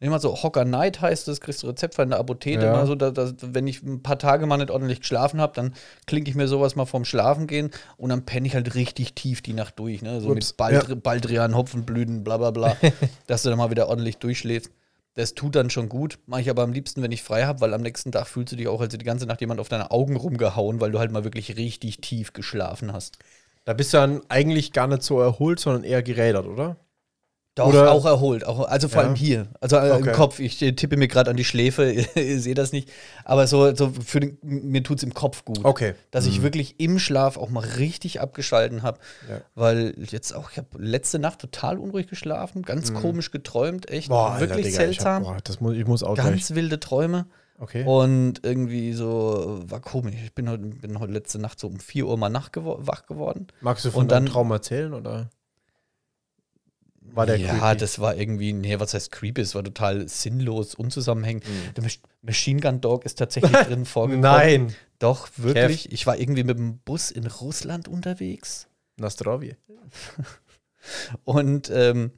Speaker 1: nehmen wir so Hocker Night heißt das, kriegst du Rezept von der Apotheke.
Speaker 2: Ja.
Speaker 1: Mal so, da, da, wenn ich ein paar Tage mal nicht ordentlich geschlafen habe, dann klinke ich mir sowas mal vorm Schlafen gehen und dann penne ich halt richtig tief die Nacht durch. Ne? So
Speaker 2: Ups,
Speaker 1: mit Baldri Baldrian, Hopfenblüten, bla bla
Speaker 2: [laughs]
Speaker 1: bla. dass du dann mal wieder ordentlich durchschläfst. Das tut dann schon gut. Mache ich aber am liebsten, wenn ich frei habe, weil am nächsten Tag fühlst du dich auch, als hätte die ganze Nacht jemand auf deine Augen rumgehauen, weil du halt mal wirklich richtig tief geschlafen hast.
Speaker 2: Da bist du dann eigentlich gar nicht so erholt, sondern eher gerädert, oder?
Speaker 1: Doch,
Speaker 2: Oder-
Speaker 1: auch erholt. Auch, also vor
Speaker 2: Ja.
Speaker 1: allem hier. Also äh,
Speaker 2: Okay.
Speaker 1: im Kopf. Ich äh, tippe mir gerade an die Schläfe, [laughs] ihr seht das nicht. Aber so, so für den, mir tut es im Kopf gut.
Speaker 2: Okay. Mhm.
Speaker 1: Dass ich wirklich im Schlaf auch mal richtig abgeschalten habe.
Speaker 2: Ja.
Speaker 1: Weil jetzt auch, ich habe letzte Nacht total unruhig geschlafen, ganz komisch geträumt, echt wirklich
Speaker 2: Mhm. Digga,
Speaker 1: seltsam.
Speaker 2: Ich, hab, boah, das muss, ich muss auch gleich.
Speaker 1: ganz wilde Träume.
Speaker 2: Okay.
Speaker 1: Und irgendwie so äh, war komisch. Ich bin heute, bin heute letzte Nacht so um 4 Uhr mal nachgewo- wach geworden.
Speaker 2: Magst du von
Speaker 1: und
Speaker 2: deinem
Speaker 1: dann-
Speaker 2: Traum erzählen, oder? War der
Speaker 1: ja,
Speaker 2: creepy?
Speaker 1: das war irgendwie, nee, was heißt creepy? Es war total sinnlos, unzusammenhängend. Der Mach- Machine Gun Dog ist
Speaker 2: [laughs]
Speaker 1: tatsächlich drin vorgekommen.
Speaker 2: Hm. Nein.
Speaker 1: Doch, wirklich. Ich war irgendwie mit dem Bus in Russland unterwegs
Speaker 2: Nastrovie.
Speaker 1: und ähm,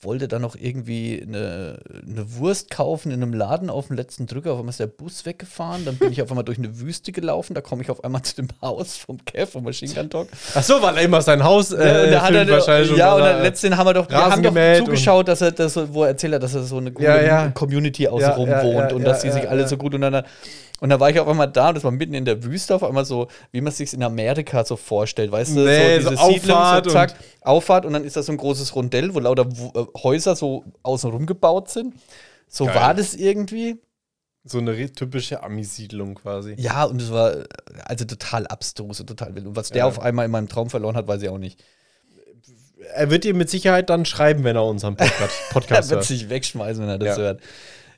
Speaker 1: wollte dann noch irgendwie eine, eine Wurst kaufen in einem Laden auf dem letzten Drücker. Auf einmal ist der Bus weggefahren. Dann bin ich auf einmal durch eine Wüste gelaufen. Da komme ich auf einmal [laughs] zu dem Haus vom Kev, vom Machine Gun Dog.
Speaker 2: Achso, weil er immer sein Haus äh,
Speaker 1: Ja, und da hat er,
Speaker 2: filmt wahrscheinlich.
Speaker 1: ja,
Speaker 2: und
Speaker 1: und
Speaker 2: dann,
Speaker 1: dann letzten haben wir doch, wir
Speaker 2: Rasen
Speaker 1: haben doch
Speaker 2: gemäht
Speaker 1: zugeschaut, dass er das, so- wo er erzählt hat, dass er so eine coole
Speaker 2: Ja, ja.
Speaker 1: Community
Speaker 2: Ja,
Speaker 1: außenrum
Speaker 2: ja,
Speaker 1: wohnt
Speaker 2: ja,
Speaker 1: und
Speaker 2: ja,
Speaker 1: dass die
Speaker 2: ja,
Speaker 1: sich alle
Speaker 2: ja.
Speaker 1: so gut untereinander. Und da war ich auf einmal da und das war mitten in der Wüste, auf einmal so, wie man es sich in Amerika so vorstellt, weißt du,
Speaker 2: Nee, so Auffahrt
Speaker 1: so zack, Auffahrt und dann ist da so ein großes Rondell, wo lauter Wo- äh, Häuser so außenrum gebaut sind. So
Speaker 2: Geil.
Speaker 1: war das irgendwie.
Speaker 2: so eine re- typische Ami-Siedlung quasi.
Speaker 1: Ja, und es war äh, also total abstrus und total wild. Und was der
Speaker 2: Ja.
Speaker 1: auf einmal in meinem Traum verloren hat, weiß ich auch nicht.
Speaker 2: Er wird ihr mit Sicherheit dann schreiben, wenn er
Speaker 1: [laughs]
Speaker 2: unseren Podcast,
Speaker 1: Er
Speaker 2: Podcast
Speaker 1: wird
Speaker 2: hört.
Speaker 1: sich wegschmeißen, wenn er das
Speaker 2: Ja.
Speaker 1: hört.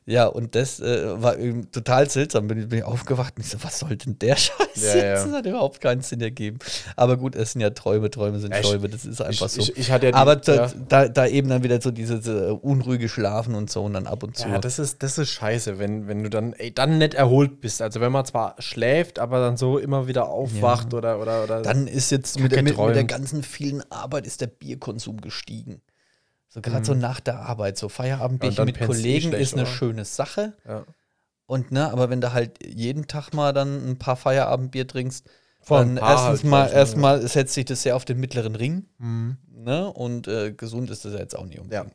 Speaker 1: Ja, und das äh, war eben total seltsam. Bin, bin ich aufgewacht und ich so, was soll denn der [laughs] Scheiß
Speaker 2: Ja,
Speaker 1: jetzt?
Speaker 2: ja.
Speaker 1: Das hat überhaupt keinen Sinn ergeben. Aber gut, es sind ja Träume, Träume sind
Speaker 2: Ja, ich-
Speaker 1: Schäume, das ist einfach so.
Speaker 2: Ich, ich, ich hatte ja die,
Speaker 1: Aber da,
Speaker 2: ja.
Speaker 1: da, da eben dann wieder so dieses äh, unruhige Schlafen und so und dann ab und zu.
Speaker 2: Ja, das ist, das ist scheiße, wenn, wenn du dann, ey, dann nicht erholt bist. Also wenn man zwar schläft, aber dann so immer wieder aufwacht oder, oder, oder.
Speaker 1: dann ist jetzt
Speaker 2: Kacke
Speaker 1: mit der, mit, mit der
Speaker 2: träumen.
Speaker 1: ganzen vielen Arbeit ist der Bierkonsum gestiegen. So gerade so nach der Arbeit, so
Speaker 2: Mhm. Ja,
Speaker 1: Feierabendbierchen
Speaker 2: und dann
Speaker 1: mit
Speaker 2: pennst du eh
Speaker 1: Kollegen
Speaker 2: schlecht,
Speaker 1: ist eine
Speaker 2: oder?
Speaker 1: schöne Sache.
Speaker 2: ja.
Speaker 1: Und ne, aber wenn du halt jeden Tag mal dann ein paar Feierabendbier trinkst,
Speaker 2: Von
Speaker 1: dann
Speaker 2: paar
Speaker 1: erstens
Speaker 2: halt,
Speaker 1: mal,
Speaker 2: ja. Mhm.
Speaker 1: erstmal setzt sich das sehr auf den mittleren Ring, ne? Und äh, gesund ist das ja jetzt auch nicht unbedingt.
Speaker 2: Ja.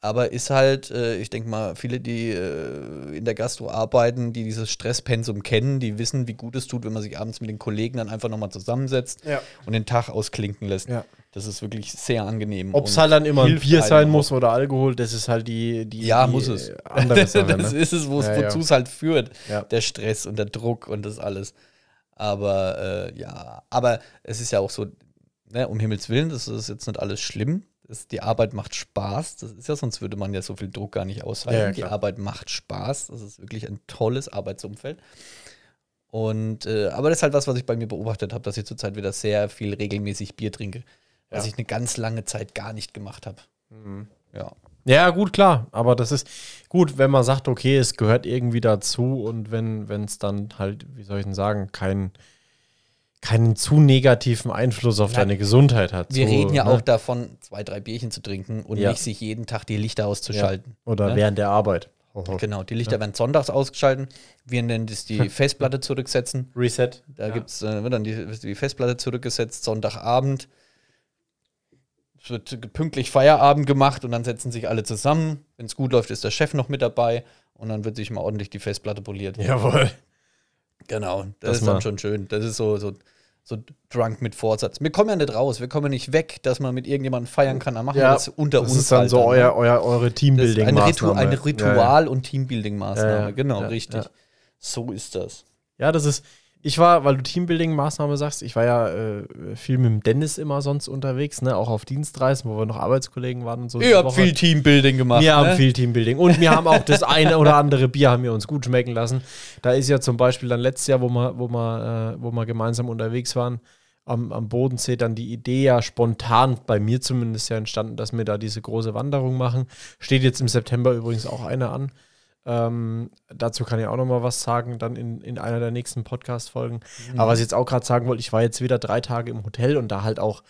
Speaker 1: Aber ist halt, äh, ich denke mal, viele, die äh, in der Gastro arbeiten, die dieses Stresspensum kennen, die wissen, wie gut es tut, wenn man sich abends mit den Kollegen dann einfach nochmal zusammensetzt
Speaker 2: Ja.
Speaker 1: und den Tag ausklinken lässt.
Speaker 2: Ja.
Speaker 1: Das ist wirklich sehr angenehm.
Speaker 2: Ob es
Speaker 1: und
Speaker 2: halt dann immer ein
Speaker 1: hilft
Speaker 2: Bier
Speaker 1: einem
Speaker 2: sein
Speaker 1: auch.
Speaker 2: muss oder Alkohol, das ist halt die, die
Speaker 1: Ja,
Speaker 2: die,
Speaker 1: muss es.
Speaker 2: äh, [laughs]
Speaker 1: [laughs]
Speaker 2: Andere Sache,
Speaker 1: das
Speaker 2: ne?
Speaker 1: ist es, wo es-
Speaker 2: Ja, ja.
Speaker 1: wozu es halt führt.
Speaker 2: Ja.
Speaker 1: Der Stress und der Druck und das alles. Aber äh, ja, aber es ist ja auch so, ne, um Himmels Willen, das ist jetzt nicht alles schlimm. Das, die Arbeit macht Spaß. Das ist ja, sonst würde man ja so viel Druck gar nicht aushalten.
Speaker 2: Ja, ja,
Speaker 1: die
Speaker 2: klar.
Speaker 1: Arbeit macht Spaß. Das ist wirklich ein tolles Arbeitsumfeld. Und äh, aber das ist halt was, was ich bei mir beobachtet habe, dass ich zurzeit wieder sehr viel regelmäßig Bier trinke. Was
Speaker 2: Ja.
Speaker 1: ich eine ganz lange Zeit gar nicht gemacht habe.
Speaker 2: Mhm.
Speaker 1: Ja.
Speaker 2: Ja, gut, klar. Aber das ist gut, wenn man sagt, okay, es gehört irgendwie dazu und wenn es dann halt, wie soll ich denn sagen, keinen keinen zu negativen Einfluss auf
Speaker 1: Nein.
Speaker 2: deine Gesundheit hat.
Speaker 1: Wir
Speaker 2: so,
Speaker 1: reden ja
Speaker 2: ne?
Speaker 1: auch davon, zwei, drei Bierchen zu trinken und
Speaker 2: Ja.
Speaker 1: nicht sich jeden Tag die Lichter auszuschalten.
Speaker 2: Oder
Speaker 1: ne?
Speaker 2: während der Arbeit. Hoho.
Speaker 1: Genau, die Lichter werden sonntags ausgeschalten. Wir nennen das
Speaker 2: Hm.
Speaker 1: die Festplatte zurücksetzen.
Speaker 2: Reset.
Speaker 1: Da gibt's, äh, wird dann die, wird die Festplatte zurückgesetzt, Sonntagabend. Es wird pünktlich Feierabend gemacht und dann setzen sich alle zusammen. Wenn es gut läuft, ist der Chef noch mit dabei und dann wird sich mal ordentlich die Festplatte poliert.
Speaker 2: Jawohl.
Speaker 1: Genau, das,
Speaker 2: Das
Speaker 1: ist dann
Speaker 2: mal.
Speaker 1: schon schön. Das ist so, so, so drunk mit Vorsatz. Wir kommen ja nicht raus, wir kommen ja nicht weg, dass man mit irgendjemandem feiern kann. Dann machen wir das unter
Speaker 2: das
Speaker 1: uns.
Speaker 2: ist dann
Speaker 1: halt
Speaker 2: so
Speaker 1: ne?
Speaker 2: euer, euer, eure
Speaker 1: Das ist ein, Ritu
Speaker 2: Teambuilding-Maßnahme.
Speaker 1: ein
Speaker 2: Ja, ja.
Speaker 1: Ritual- und Teambuilding-Maßnahme.
Speaker 2: Ja, ja.
Speaker 1: Genau,
Speaker 2: Ja,
Speaker 1: richtig.
Speaker 2: ja.
Speaker 1: So ist das.
Speaker 2: ja, das ist. Ich war, weil du Teambuilding-Maßnahme sagst, ich war ja äh, viel mit dem Dennis immer sonst unterwegs, ne? auch auf Dienstreisen, wo wir noch Arbeitskollegen waren und so.
Speaker 1: Ihr
Speaker 2: diese
Speaker 1: habt
Speaker 2: Woche.
Speaker 1: viel Teambuilding gemacht.
Speaker 2: Wir haben
Speaker 1: ne?
Speaker 2: viel Teambuilding und wir haben auch
Speaker 1: [laughs]
Speaker 2: das eine oder andere Bier haben wir uns gut schmecken lassen. Da ist ja zum Beispiel dann letztes Jahr, wo wir, wo wir, äh, wo wir gemeinsam unterwegs waren, am, am Bodensee dann die Idee ja spontan bei mir zumindest ja entstanden, dass wir da diese große Wanderung machen. Steht jetzt im September übrigens auch eine an. Ähm, dazu kann ich auch noch mal was sagen, dann in, in einer der nächsten Podcast-Folgen.
Speaker 1: Mhm.
Speaker 2: Aber was ich jetzt auch gerade sagen wollte, ich war jetzt wieder drei Tage im Hotel und da halt auch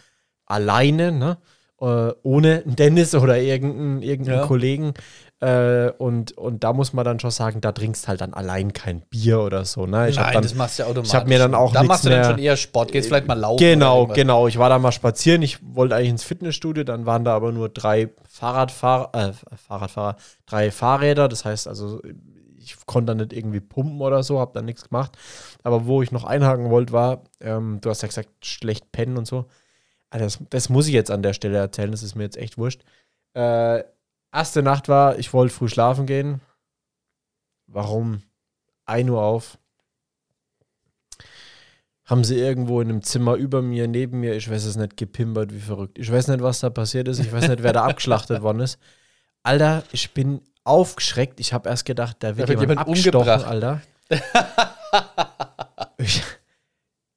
Speaker 2: alleine, ne? Äh, ohne einen Dennis oder irgendeinen, irgendeinen
Speaker 1: Ja.
Speaker 2: Kollegen. Äh, und, und da muss man dann schon sagen, da trinkst halt dann allein kein Bier oder so. Ne? Ich hab
Speaker 1: Nein,
Speaker 2: dann,
Speaker 1: das machst du ja automatisch.
Speaker 2: ich hab mir dann auch
Speaker 1: Da
Speaker 2: nix
Speaker 1: machst du dann
Speaker 2: mehr-
Speaker 1: schon eher Sport. Gehst vielleicht mal laufen.
Speaker 2: Genau,
Speaker 1: oder irgendwas.
Speaker 2: genau. Ich war da mal spazieren. Ich wollte eigentlich ins Fitnessstudio. Dann waren da aber nur drei Fahrradfahrer, äh, Fahrradfahrer, drei Fahrräder. Das heißt also, ich konnte da nicht irgendwie pumpen oder so, habe da nichts gemacht. Aber wo ich noch einhaken wollte, war, ähm, du hast ja gesagt, schlecht pennen und so. Also das, das muss ich jetzt an der Stelle erzählen. Das ist mir jetzt echt wurscht. Äh, erste Nacht war, ich wollte früh schlafen gehen. Warum? 1 Uhr auf haben sie irgendwo in einem Zimmer über mir, neben mir, ich weiß es nicht, gepimpert wie verrückt. Ich weiß nicht, was da passiert ist. Ich weiß nicht, wer da abgeschlachtet worden ist. Alter, ich bin aufgeschreckt. Ich habe erst gedacht, da wird,
Speaker 1: Da wird jemand [laughs]
Speaker 2: jemand, abgestochen,
Speaker 1: umgebracht.
Speaker 2: Alter. ich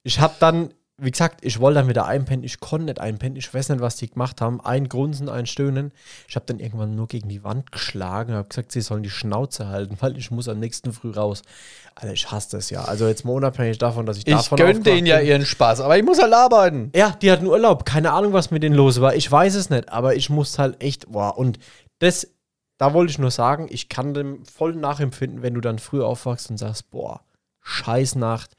Speaker 2: ich habe dann wie gesagt, ich wollte dann wieder einpennen, ich konnte nicht einpennen, ich weiß nicht, was die gemacht haben. Ein Grunzen, ein Stöhnen. Ich habe dann irgendwann nur gegen die Wand geschlagen, habe gesagt, sie sollen die Schnauze halten, [laughs] weil ich muss am nächsten Früh raus. Alter, ich hasse das ja. Also jetzt mal unabhängig davon, dass ich,
Speaker 1: Ich
Speaker 2: davon
Speaker 1: gönne denen
Speaker 2: aufgewacht
Speaker 1: ja
Speaker 2: bin.
Speaker 1: ihren Spaß, aber ich muss halt arbeiten.
Speaker 2: Ja, die hatten Urlaub. Keine Ahnung, was mit denen los war. Ich weiß es nicht, aber ich muss halt echt, boah, und das, da wollte ich nur sagen, ich kann dem voll nachempfinden, wenn du dann früh aufwachst und sagst, boah, scheiß Nacht,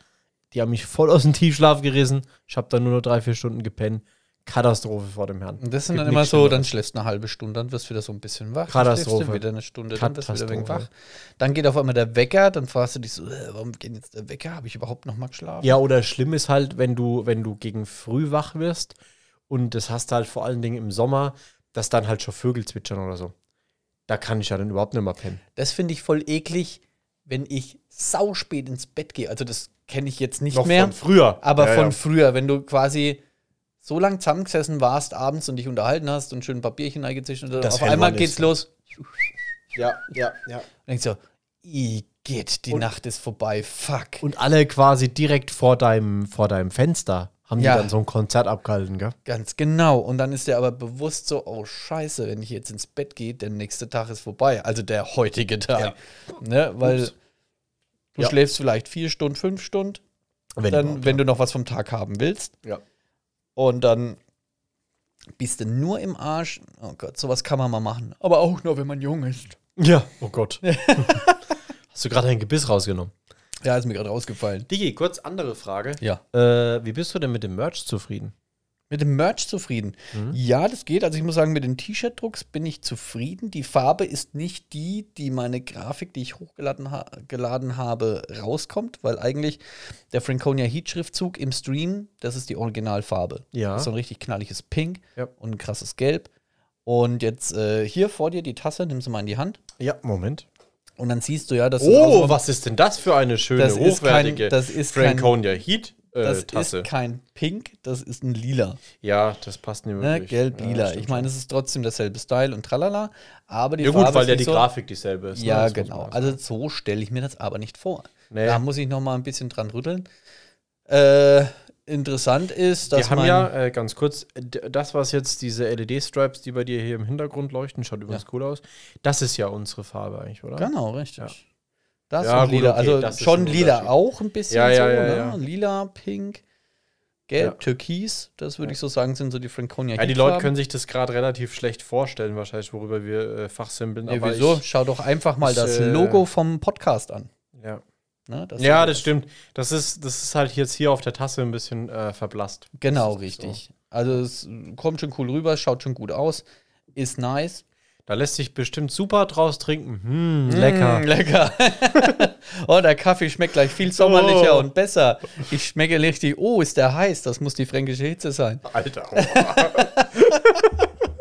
Speaker 2: die haben mich voll aus dem Tiefschlaf gerissen, ich habe dann nur noch drei, vier Stunden gepennt. Katastrophe vor dem Herrn.
Speaker 1: Und das sind
Speaker 2: Gibt
Speaker 1: dann immer
Speaker 2: nichts
Speaker 1: so, dann
Speaker 2: Schlimmeres.
Speaker 1: schläfst du eine halbe Stunde, dann wirst du wieder so ein bisschen wach. Dann schläfst
Speaker 2: Katastrophe.
Speaker 1: du wieder eine Stunde, dann wirst du wieder ein wenig wach.
Speaker 2: Katastrophe.
Speaker 1: Dann geht auf einmal der Wecker, dann fragst du dich so, äh, warum geht jetzt der Wecker? Habe ich überhaupt noch mal geschlafen?
Speaker 2: Ja, oder schlimm ist halt, wenn du, wenn du gegen früh wach wirst und das hast du halt vor allen Dingen im Sommer, dass dann halt schon Vögel zwitschern oder so. Da kann ich ja dann überhaupt nicht mehr pennen.
Speaker 1: Das finde ich voll eklig, wenn ich sauspät ins Bett gehe. Also das kenne ich jetzt nicht
Speaker 2: Noch
Speaker 1: mehr.
Speaker 2: von früher.
Speaker 1: Aber
Speaker 2: Ja,
Speaker 1: von
Speaker 2: ja.
Speaker 1: früher, wenn du quasi so lang zusammengesessen warst abends und dich unterhalten hast und schön ein paar Bierchen eingezischt und
Speaker 2: Das
Speaker 1: auf
Speaker 2: Hellmann
Speaker 1: einmal
Speaker 2: ist.
Speaker 1: geht's los.
Speaker 2: Ja, ja, ja.
Speaker 1: Und denkst so, geht, die
Speaker 2: Und-
Speaker 1: Nacht ist vorbei, fuck.
Speaker 2: Und alle quasi direkt vor deinem, vor deinem Fenster haben
Speaker 1: Ja.
Speaker 2: die dann so ein Konzert abgehalten, gell?
Speaker 1: Ganz genau. Und dann ist dir aber bewusst so, oh scheiße, wenn ich jetzt ins Bett gehe, der nächste Tag ist vorbei. Also der heutige Tag. Ne? Weil
Speaker 2: Ups.
Speaker 1: du
Speaker 2: Ja.
Speaker 1: schläfst vielleicht vier Stunden, fünf Stunden,
Speaker 2: Wenn
Speaker 1: dann,
Speaker 2: überhaupt,
Speaker 1: wenn du noch was vom Tag haben willst.
Speaker 2: ja.
Speaker 1: Und dann bist du nur im Arsch. Oh Gott, sowas kann man mal machen. Aber auch nur, wenn man jung ist.
Speaker 2: ja, oh Gott. [laughs] Hast du gerade ein Gebiss rausgenommen?
Speaker 1: Ja, ist mir gerade rausgefallen.
Speaker 2: Digi, kurz andere Frage.
Speaker 1: Ja.
Speaker 2: Äh, wie bist du denn mit dem Merch zufrieden?
Speaker 1: Mit dem Merch zufrieden?
Speaker 2: Mhm.
Speaker 1: Ja, das geht. Also ich muss sagen, mit den T-Shirt-Drucks bin ich zufrieden. Die Farbe ist nicht die, die meine Grafik, die ich hochgeladen ha geladen habe, rauskommt, weil eigentlich der Franconia Heat-Schriftzug im Stream, das ist die Originalfarbe.
Speaker 2: Ja.
Speaker 1: Das ist so ein richtig knalliges Pink
Speaker 2: Ja.
Speaker 1: und ein krasses Gelb. Und jetzt äh, hier vor dir die Tasse, nimm sie mal in die Hand.
Speaker 2: Ja, Moment.
Speaker 1: Und dann siehst du ja, dass es
Speaker 2: Oh,
Speaker 1: außenrum-
Speaker 2: was ist denn das für eine schöne,
Speaker 1: Das ist kein-
Speaker 2: hochwertige
Speaker 1: das ist kein-
Speaker 2: Franconia Heat äh,
Speaker 1: das
Speaker 2: Tasse?
Speaker 1: ist kein Pink, das ist ein Lila.
Speaker 2: ja, das passt nicht
Speaker 1: Ne,
Speaker 2: wirklich. Ja,
Speaker 1: Gelb-Lila.
Speaker 2: stimmt
Speaker 1: ich meine, es ist trotzdem derselbe Style und tralala. Aber die
Speaker 2: schon. Ja, gut,
Speaker 1: Farbe
Speaker 2: weil
Speaker 1: ist
Speaker 2: ja
Speaker 1: nicht
Speaker 2: die
Speaker 1: so,
Speaker 2: Grafik dieselbe ist. ne?
Speaker 1: Ja,
Speaker 2: Das muss
Speaker 1: genau.
Speaker 2: man
Speaker 1: Also so stelle ich mir das aber nicht vor.
Speaker 2: Nee.
Speaker 1: Da muss ich noch mal ein bisschen dran rütteln. Äh, interessant ist, dass
Speaker 2: Wir haben
Speaker 1: mein,
Speaker 2: ja, äh, ganz kurz, d- das, was jetzt diese LED-Stripes, die bei dir hier im Hintergrund leuchten, schaut übrigens cool aus. Das ist ja unsere Farbe eigentlich, oder?
Speaker 1: Genau, richtig.
Speaker 2: Ja.
Speaker 1: Das
Speaker 2: Ja,
Speaker 1: und
Speaker 2: gut,
Speaker 1: lila.
Speaker 2: okay,
Speaker 1: also
Speaker 2: das ist
Speaker 1: schon
Speaker 2: ein
Speaker 1: lila
Speaker 2: Unterschied.
Speaker 1: auch ein bisschen
Speaker 2: Ja, ja,
Speaker 1: so,
Speaker 2: ja,
Speaker 1: ne?
Speaker 2: ja.
Speaker 1: Lila, pink, gelb,
Speaker 2: Ja.
Speaker 1: türkis, das würde ich so sagen, sind so die Franconia
Speaker 2: Ja, die
Speaker 1: Heatfarben.
Speaker 2: Leute können sich das gerade relativ schlecht vorstellen, wahrscheinlich, worüber wir äh, fachsimpeln.
Speaker 1: Nee,
Speaker 2: aber
Speaker 1: wieso?
Speaker 2: Ich,
Speaker 1: Schau doch einfach mal
Speaker 2: ich,
Speaker 1: das
Speaker 2: äh,
Speaker 1: Logo vom Podcast an.
Speaker 2: ja,
Speaker 1: Ne? Das
Speaker 2: ja
Speaker 1: Logo.
Speaker 2: das stimmt. Das ist, das ist halt jetzt hier auf der Tasse ein bisschen äh, verblasst.
Speaker 1: Genau,
Speaker 2: Das ist so.
Speaker 1: richtig. Also es kommt schon cool rüber, schaut schon gut aus, ist nice.
Speaker 2: Da lässt sich bestimmt super draus trinken. Hm, lecker.
Speaker 1: Mm, lecker. [laughs] oh, der Kaffee schmeckt gleich viel sommerlicher
Speaker 2: Oh.
Speaker 1: und besser. Ich schmecke richtig, oh, ist der heiß, das muss die fränkische Hitze sein.
Speaker 2: Alter. oh.
Speaker 1: [laughs]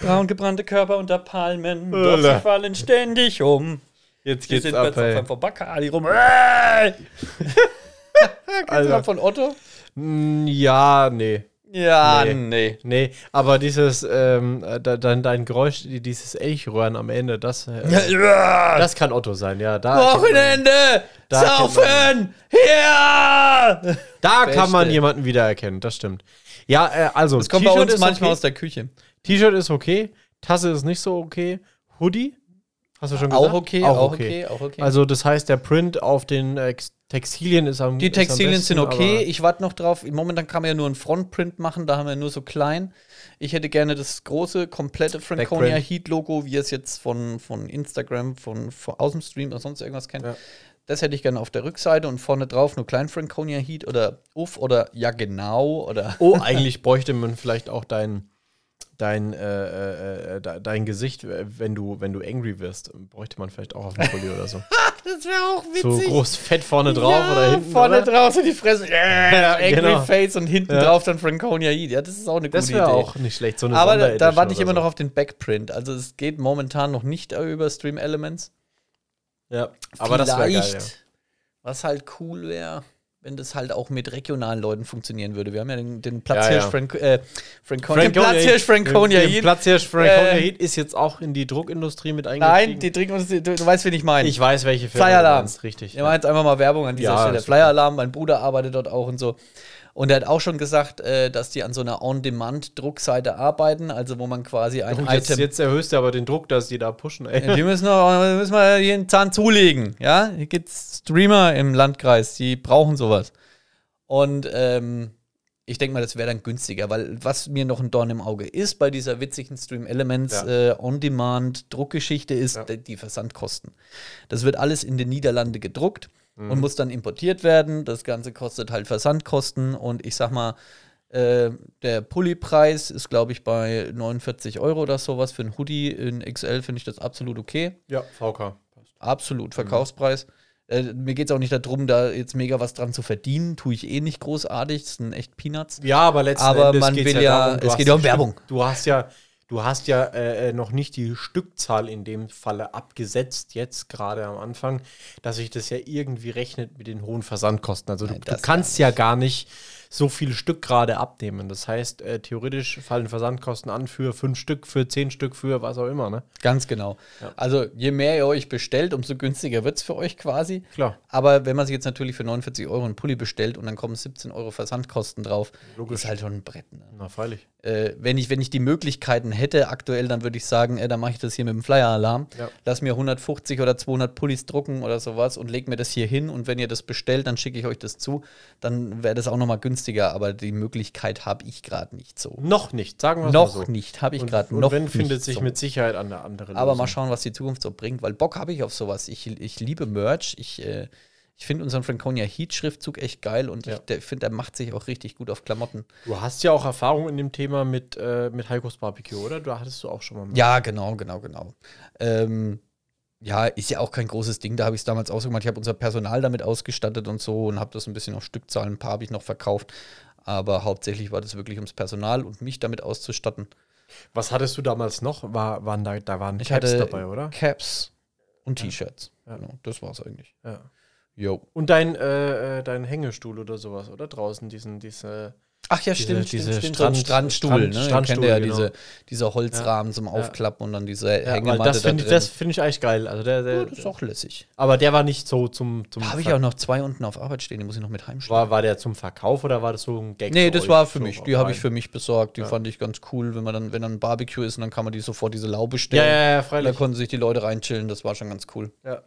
Speaker 1: Braun gebrannte Körper unter Palmen,
Speaker 2: Ulla.
Speaker 1: doch sie fallen ständig um.
Speaker 2: Jetzt
Speaker 1: Wir
Speaker 2: Äh, geht's
Speaker 1: sind
Speaker 2: ab,
Speaker 1: bei
Speaker 2: ey.
Speaker 1: vom Bacardi rum.
Speaker 2: [laughs]
Speaker 1: Äh! Kennst du
Speaker 2: Alter.
Speaker 1: noch von Otto?
Speaker 2: Mm, Ja, nee.
Speaker 1: Ja,
Speaker 2: Nee.
Speaker 1: nee.
Speaker 2: Nee, aber dieses, ähm, äh, de- dein, dein Geräusch, die- dieses Elchröhren am Ende, das, äh, das kann Otto sein, ja. Da,
Speaker 1: Wochenende!
Speaker 2: Da kennt
Speaker 1: Saufen! Ja!
Speaker 2: da kann man
Speaker 1: Beste.
Speaker 2: jemanden wiedererkennen, das stimmt. Ja, äh, also,
Speaker 1: Das kommt bei uns
Speaker 2: ist
Speaker 1: manchmal aus
Speaker 2: okay.
Speaker 1: der Küche.
Speaker 2: T-Shirt ist okay, Tasse ist nicht so okay, Hoodie, hast du schon gesagt?
Speaker 1: Auch okay, auch okay, auch okay.
Speaker 2: Also, das heißt, der Print auf den äh, Ex- Textilien ist am
Speaker 1: Die
Speaker 2: ist am
Speaker 1: Textilien sind
Speaker 2: besten,
Speaker 1: okay.
Speaker 2: aber-
Speaker 1: Ich warte noch drauf. Momentan kann man ja nur einen Frontprint machen. Da haben wir nur so klein. Ich hätte gerne das große, komplette Franconia
Speaker 2: Backprint.
Speaker 1: Heat Logo, wie ihr es jetzt von, von Instagram, von, von aus dem Stream oder sonst irgendwas kennt.
Speaker 2: Ja.
Speaker 1: Das hätte ich gerne auf der Rückseite und vorne drauf nur klein Franconia Heat oder Uff oder Ja genau oder
Speaker 2: Oh, eigentlich bräuchte man vielleicht auch dein, dein, äh, äh, äh, de- dein Gesicht, äh, wenn du, wenn du angry wirst, bräuchte man vielleicht auch auf dem Pulli oder [laughs] so.
Speaker 1: [laughs] Das wäre auch witzig.
Speaker 2: So groß fett vorne drauf oder hinten.
Speaker 1: vorne
Speaker 2: oder?
Speaker 1: drauf so die Fresse.
Speaker 2: [laughs] Ja,
Speaker 1: Angry
Speaker 2: genau.
Speaker 1: Face und hinten
Speaker 2: Ja.
Speaker 1: drauf dann Franconia Heat. Ja, das ist auch eine
Speaker 2: Das
Speaker 1: gute
Speaker 2: wäre
Speaker 1: Idee.
Speaker 2: auch nicht schlecht, so eine
Speaker 1: Aber da, da
Speaker 2: Sonderedition
Speaker 1: warte ich
Speaker 2: oder
Speaker 1: immer
Speaker 2: so.
Speaker 1: noch auf den Backprint. Also es geht momentan noch nicht über Stream Elements.
Speaker 2: Ja, aber das wäre geil. Ja.
Speaker 1: Vielleicht, Was halt cool wäre, wenn das halt auch mit regionalen Leuten funktionieren würde. Wir haben ja den, den Platzhirsch
Speaker 2: Ja, ja.
Speaker 1: Frank äh, Franconia. Den Platzhirsch Franconia.
Speaker 2: Den
Speaker 1: Heat.
Speaker 2: Platzhirsch Franconia
Speaker 1: Äh,
Speaker 2: Heat ist jetzt auch in die Druckindustrie mit eingestiegen.
Speaker 1: Nein, die trinken uns. die- Du, du weißt, wen ich meine.
Speaker 2: ich weiß, welche Firma
Speaker 1: Flyer
Speaker 2: du
Speaker 1: Alarm.
Speaker 2: meinst, richtig.
Speaker 1: Wir machen jetzt einfach mal Werbung an dieser
Speaker 2: Ja,
Speaker 1: Stelle.
Speaker 2: ist
Speaker 1: Flyer Alarm, mein Bruder arbeitet dort auch und so. Und er hat auch schon gesagt, äh, dass die an so einer On-Demand-Druckseite arbeiten, also wo man quasi ein
Speaker 2: Gut, jetzt,
Speaker 1: Item.
Speaker 2: jetzt erhöhst du aber den Druck, dass die da
Speaker 1: [laughs]
Speaker 2: pushen. Ey.
Speaker 1: Die müssen noch, müssen wir hier einen Zahn zulegen. Ja, hier gibt's Streamer im Landkreis, die brauchen sowas. Und ähm, ich denke mal, das wäre dann günstiger, weil was mir noch ein Dorn im Auge ist bei dieser witzigen Stream Elements äh, On-Demand-Druckgeschichte ist
Speaker 2: Ja.
Speaker 1: d- die Versandkosten. Das wird alles in den Niederlande gedruckt und muss dann importiert werden. Das Ganze kostet halt Versandkosten und ich sag mal, äh, der Pulli-Preis ist, glaube ich, bei 49 Euro oder sowas. Für einen Hoodie in XL finde ich das absolut okay.
Speaker 2: Ja, VK. Mhm.
Speaker 1: Absolut Verkaufspreis. Äh, mir geht es auch nicht darum, da jetzt mega was dran zu verdienen. Tue ich eh nicht großartig. Das sind echt Peanuts.
Speaker 2: Ja, aber letzten
Speaker 1: Aber
Speaker 2: Endes
Speaker 1: man
Speaker 2: geht's
Speaker 1: will ja-
Speaker 2: darum, du
Speaker 1: es
Speaker 2: hast
Speaker 1: geht ja um
Speaker 2: die Stück-
Speaker 1: Werbung.
Speaker 2: Du hast ja, du hast ja äh, äh, noch nicht die Stückzahl in dem Falle abgesetzt, jetzt gerade am Anfang, dass sich das ja irgendwie rechnet mit den hohen Versandkosten. Also du,
Speaker 1: Nein,
Speaker 2: du
Speaker 1: das
Speaker 2: kannst ja gar nicht so viele Stück gerade abnehmen. Das heißt, äh, theoretisch fallen Versandkosten an für fünf Stück, für zehn Stück, für was auch immer, ne?
Speaker 1: Ganz genau. Also je mehr ihr euch bestellt, umso günstiger wird es für euch quasi.
Speaker 2: Klar.
Speaker 1: Aber wenn man sich jetzt natürlich für 49 Euro einen Pulli bestellt und dann kommen 17 Euro Versandkosten drauf,
Speaker 2: Logisch.
Speaker 1: ist halt schon ein Brett. Ne?
Speaker 2: Na, freilich.
Speaker 1: äh, wenn, ich, wenn ich die Möglichkeiten hätte aktuell, dann würde ich sagen, äh, dann mache ich das hier mit dem Flyer-Alarm.
Speaker 2: Ja.
Speaker 1: Lass mir 150 oder 200 Pullis drucken oder sowas und leg mir das hier hin. Und wenn ihr das bestellt, dann schicke ich euch das zu. Dann wäre das auch nochmal günstiger. Aber die Möglichkeit habe ich gerade nicht so.
Speaker 2: Noch nicht, sagen wir es
Speaker 1: Noch
Speaker 2: mal so.
Speaker 1: nicht, habe ich
Speaker 2: Und-
Speaker 1: gerade
Speaker 2: und
Speaker 1: noch
Speaker 2: wenn,
Speaker 1: nicht
Speaker 2: findet sich
Speaker 1: so.
Speaker 2: mit Sicherheit an der anderen
Speaker 1: Aber mal schauen, was die Zukunft so bringt, weil Bock habe ich auf sowas. Ich, ich liebe Merch. Ich, äh, ich finde unseren Franconia Heat-Schriftzug echt geil und
Speaker 2: Ja.
Speaker 1: ich der- finde, der macht sich auch richtig gut auf Klamotten.
Speaker 2: Du hast ja auch Erfahrung in dem Thema mit, äh, mit Heikos Barbecue, oder? Du hattest du auch schon mal mit.
Speaker 1: Ja, genau, genau, genau. Ähm, ja, ist ja auch kein großes Ding. Da habe ich es damals ausgemacht. Ich habe unser Personal damit ausgestattet und so und habe das ein bisschen auf Stückzahlen. Ein paar habe ich noch verkauft. Aber hauptsächlich war das wirklich ums Personal und mich damit auszustatten.
Speaker 2: Was hattest du damals noch? War, waren da, da waren
Speaker 1: Ich
Speaker 2: Caps
Speaker 1: hatte
Speaker 2: dabei, oder?
Speaker 1: Caps und T-Shirts.
Speaker 2: Ja.
Speaker 1: Genau, das war es eigentlich.
Speaker 2: Ja.
Speaker 1: Jo.
Speaker 2: Und dein, äh, äh, dein Hängestuhl oder sowas, oder? Draußen diesen, diese.
Speaker 1: Ach ja,
Speaker 2: Diese-
Speaker 1: stimmt,
Speaker 2: diese
Speaker 1: stimmt, stimmt.
Speaker 2: Strand-
Speaker 1: so ein Strandstuhl,
Speaker 2: Strand-
Speaker 1: ne? Ihr
Speaker 2: Strandstuhl,
Speaker 1: kennt ja
Speaker 2: genau.
Speaker 1: diese, diese Holzrahmen zum Aufklappen und dann diese
Speaker 2: Ja,
Speaker 1: Hängematte
Speaker 2: weil das
Speaker 1: da
Speaker 2: finde ich,
Speaker 1: drin.
Speaker 2: das find ich eigentlich geil. Also der, der,
Speaker 1: ja, das ist auch lässig.
Speaker 2: aber der war nicht so zum. zum
Speaker 1: Da habe ich
Speaker 2: Ver-
Speaker 1: auch noch zwei unten auf Arbeit stehen, die muss ich noch mit heimstellen.
Speaker 2: War, war der zum Verkauf oder war das so ein Gag?
Speaker 1: Nee, das
Speaker 2: euch?
Speaker 1: war für
Speaker 2: So
Speaker 1: mich. Die habe ich
Speaker 2: rein?
Speaker 1: für mich besorgt. Die
Speaker 2: Ja.
Speaker 1: fand ich ganz cool, wenn man dann, wenn dann ein Barbecue ist und dann kann man die sofort diese Laube
Speaker 2: Ja,
Speaker 1: stellen.
Speaker 2: ja, ja,
Speaker 1: Da
Speaker 2: freilich.
Speaker 1: konnten sich die Leute reinchillen, das war schon ganz cool.
Speaker 2: Ja.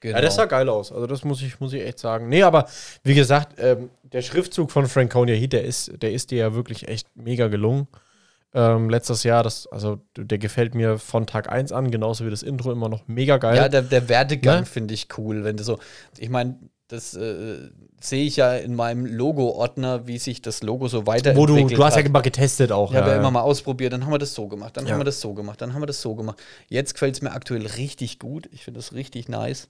Speaker 1: Genau.
Speaker 2: Ja, das sah geil aus. Also das muss ich, muss ich echt sagen. Nee, aber wie gesagt, ähm, der Schriftzug von Franconia Heat, der ist, der ist dir ja wirklich echt mega gelungen. Ähm, letztes Jahr, das, also der gefällt mir von Tag 1 an, genauso wie das Intro immer noch mega geil.
Speaker 1: Genau. ja, der, der Werdegang
Speaker 2: Ne?
Speaker 1: finde ich cool, wenn du so. Ich meine, das äh, sehe ich ja in meinem Logo-Ordner, wie sich das Logo so
Speaker 2: Wo
Speaker 1: weiterentwickelt
Speaker 2: du, du hast ja
Speaker 1: hat.
Speaker 2: immer getestet auch.
Speaker 1: Ich habe ja immer mal ausprobiert, dann haben wir das so gemacht, dann
Speaker 2: Ja.
Speaker 1: haben wir das so gemacht, dann haben wir das so gemacht. Jetzt gefällt es mir aktuell richtig gut. Ich finde das richtig nice.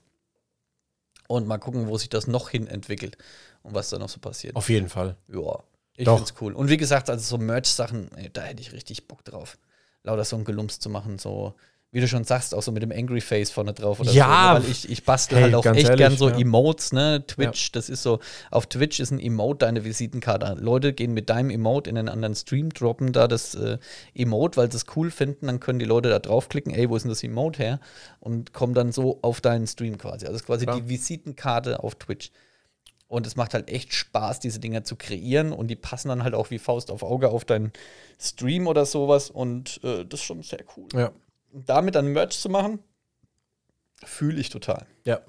Speaker 1: Und mal gucken, wo sich das noch hin entwickelt und was da noch so passiert.
Speaker 2: Auf jeden Fall.
Speaker 1: Ja, ich
Speaker 2: Doch.
Speaker 1: find's cool. Und wie gesagt, also so Merch-Sachen, ey, da hätte ich richtig Bock drauf. Lauter so ein Gelumps zu machen, so wie du schon sagst, auch so mit dem Angry Face vorne drauf oder
Speaker 2: Ja.
Speaker 1: so. ne? Weil ich, ich bastel
Speaker 2: Hey,
Speaker 1: halt auch
Speaker 2: ganz
Speaker 1: echt
Speaker 2: ehrlich,
Speaker 1: gern so
Speaker 2: ja.
Speaker 1: Emotes, ne? Twitch, das ist so, auf Twitch ist ein Emote deine Visitenkarte. Leute gehen mit deinem Emote in einen anderen Stream, droppen da das äh, Emote, weil sie es cool finden, dann können die Leute da draufklicken, ey, wo ist denn das Emote her? Und kommen dann so auf deinen Stream quasi. Also es ist quasi
Speaker 2: Klar.
Speaker 1: die Visitenkarte auf Twitch. Und es macht halt echt Spaß, diese Dinger zu kreieren. Und die passen dann halt auch wie Faust auf Auge auf deinen Stream oder sowas. Und äh, das ist schon sehr cool.
Speaker 2: Ja.
Speaker 1: Und damit dann Merch zu machen, fühle ich total.
Speaker 2: Ja.